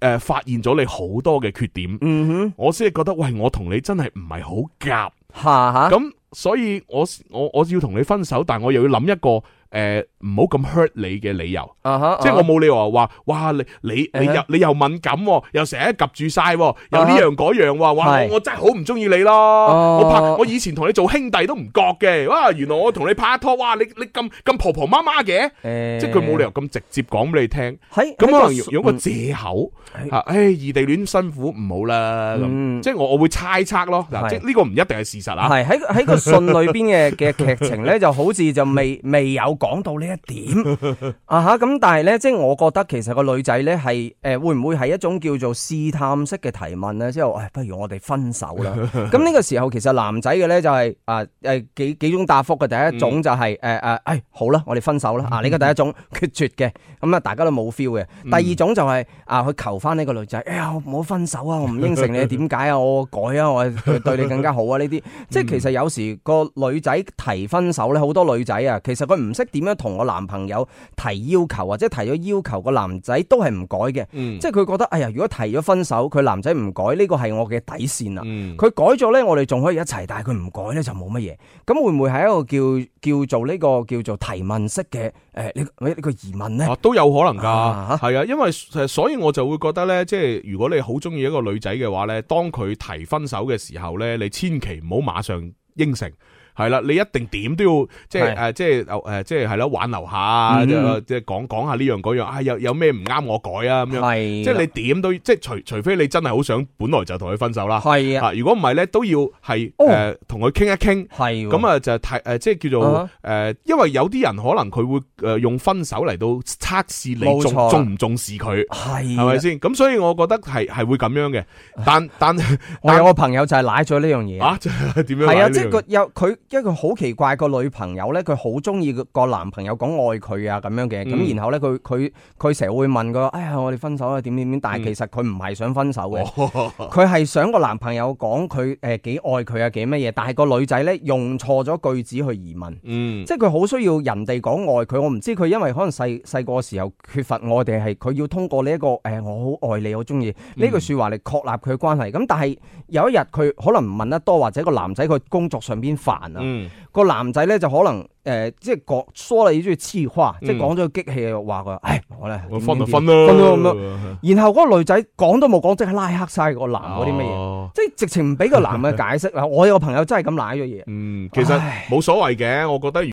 诶发现咗你好多嘅缺點。
嗯
我先係覺得，喂，我同你真係唔係好夾，
哼，吓吓，
咁、所以我我我要同你分手，但我又要諗一個诶唔好咁 hurt 你嘅理由，
啊哈，
即係我
啊
冇理由話，哇你你你
嗯
又你又敏感喎，又成日及住晒喎，又呢樣嗰樣喎，哇
啊係
我我真係好唔中意你咯，
哦
我拍我以前同你做兄弟都唔覺嘅，哇原來我同你拍拖，哇你你咁咁婆婆媽媽嘅，
誒
即係佢冇理由咁直接講俾你聽。
喺
咁可能
喺個嗯
用個藉口嚇，唉，異地戀辛苦唔好啦，咁
嗯
即係我我會猜測咯，嗱，
係
即係呢個唔一定係事實啊。
系喺喺个信裏邊嘅嘅劇情咧，就好似就未未有講到呢一點啊吓。咁但係咧，即係我覺得其實個女仔咧係诶會唔會係一種叫做試探式嘅提問咧？之後哎诶，不如我哋分手啦。咁呢個時候其實男仔嘅咧就係啊诶幾幾種答覆嘅。第一種就係诶诶，诶好啦，我哋分手啦。啊，呢個第一種決絕嘅，咁啊大家都冇 feel 嘅。第二種就係啊去求翻呢個女仔，哎呀我唔好分手啊，我唔應承你，點解啊？我改啊，我對你更加好啊呢啲。即
嗯
係其實有時個女仔提分手咧，好多女仔啊，其實佢唔識點樣同個男朋友提要求，或者提咗要求個男仔都係唔改嘅。
嗯
即係佢覺得，哎呀，如果提咗分手，佢男仔唔改，呢個係我嘅底線啦。
嗯，
佢改咗呢，我哋仲可以一齊，但係佢唔改呢，就冇乜嘢。咁會唔會係一個叫叫做呢個叫做提問式嘅誒呢個呢個疑問呢？
啊都有可能㗎，
啊
係啊，因為誒所以我就會覺得呢，即係如果你好中意一個女仔嘅話呢，當佢提分手嘅時候呢，你千祈唔好馬上應承。係啦，你一定點都要即係
係
誒，即係哦誒，即係係咯，挽留下，
嗯
即係即係講講下呢樣嗰樣，啊有有咩唔啱我改啊咁樣，
係
即係你點都即係除除非你真係好想，本來就同佢分手啦，
係啊，
啊，如果唔係咧，都要係
哦
誒同佢傾一傾。
係喎
咁啊，就提誒，即係叫做
啊
誒，因為有啲人可能佢會誒用分手嚟到測試你
冇
重
錯啦
重唔重視佢，
係
係咪
啊
先？咁所以我覺得係係會咁樣嘅，但 但
我有個朋友就係賴咗呢樣嘢。
啊， 點樣
係啊，
呢
即係
樣嘢
佢有佢，因為佢好奇怪個女朋友咧，佢好中意個男朋友講愛佢啊咁樣嘅，咁、
嗯
然後咧佢佢佢成日會問佢，哎呀我哋分手啦點點點，
嗯
但係其實佢唔係想分手
哦
嘅，佢係、想個男朋友講佢誒幾愛佢啊幾乜嘢，但係個女仔咧用錯咗句子去疑問。
嗯
即係佢好需要人哋講愛佢，我唔知佢因為可能細細個時候缺乏愛定係佢要通過呢、一個誒、我好愛你，我中意
嗯
呢句説話嚟確立佢嘅關係。咁但係有一日佢可能唔問得多，或者個男仔佢工作上邊煩啊，
嗯
個男仔咧就可能誒、即係講說你一句痴話，即係
嗯
講咗個激氣嘅話佢，唉我咧
我
點
分就啊
點
分哦
點
啦，
分咗咁樣然後嗰個女仔講都冇講，即係拉黑晒個男嗰啲乜嘢，
哦
即係直情唔俾個男嘅解釋啦。我有個朋友真係咁賴咗嘢。
嗯，其實
唉
冇所謂嘅，我覺得。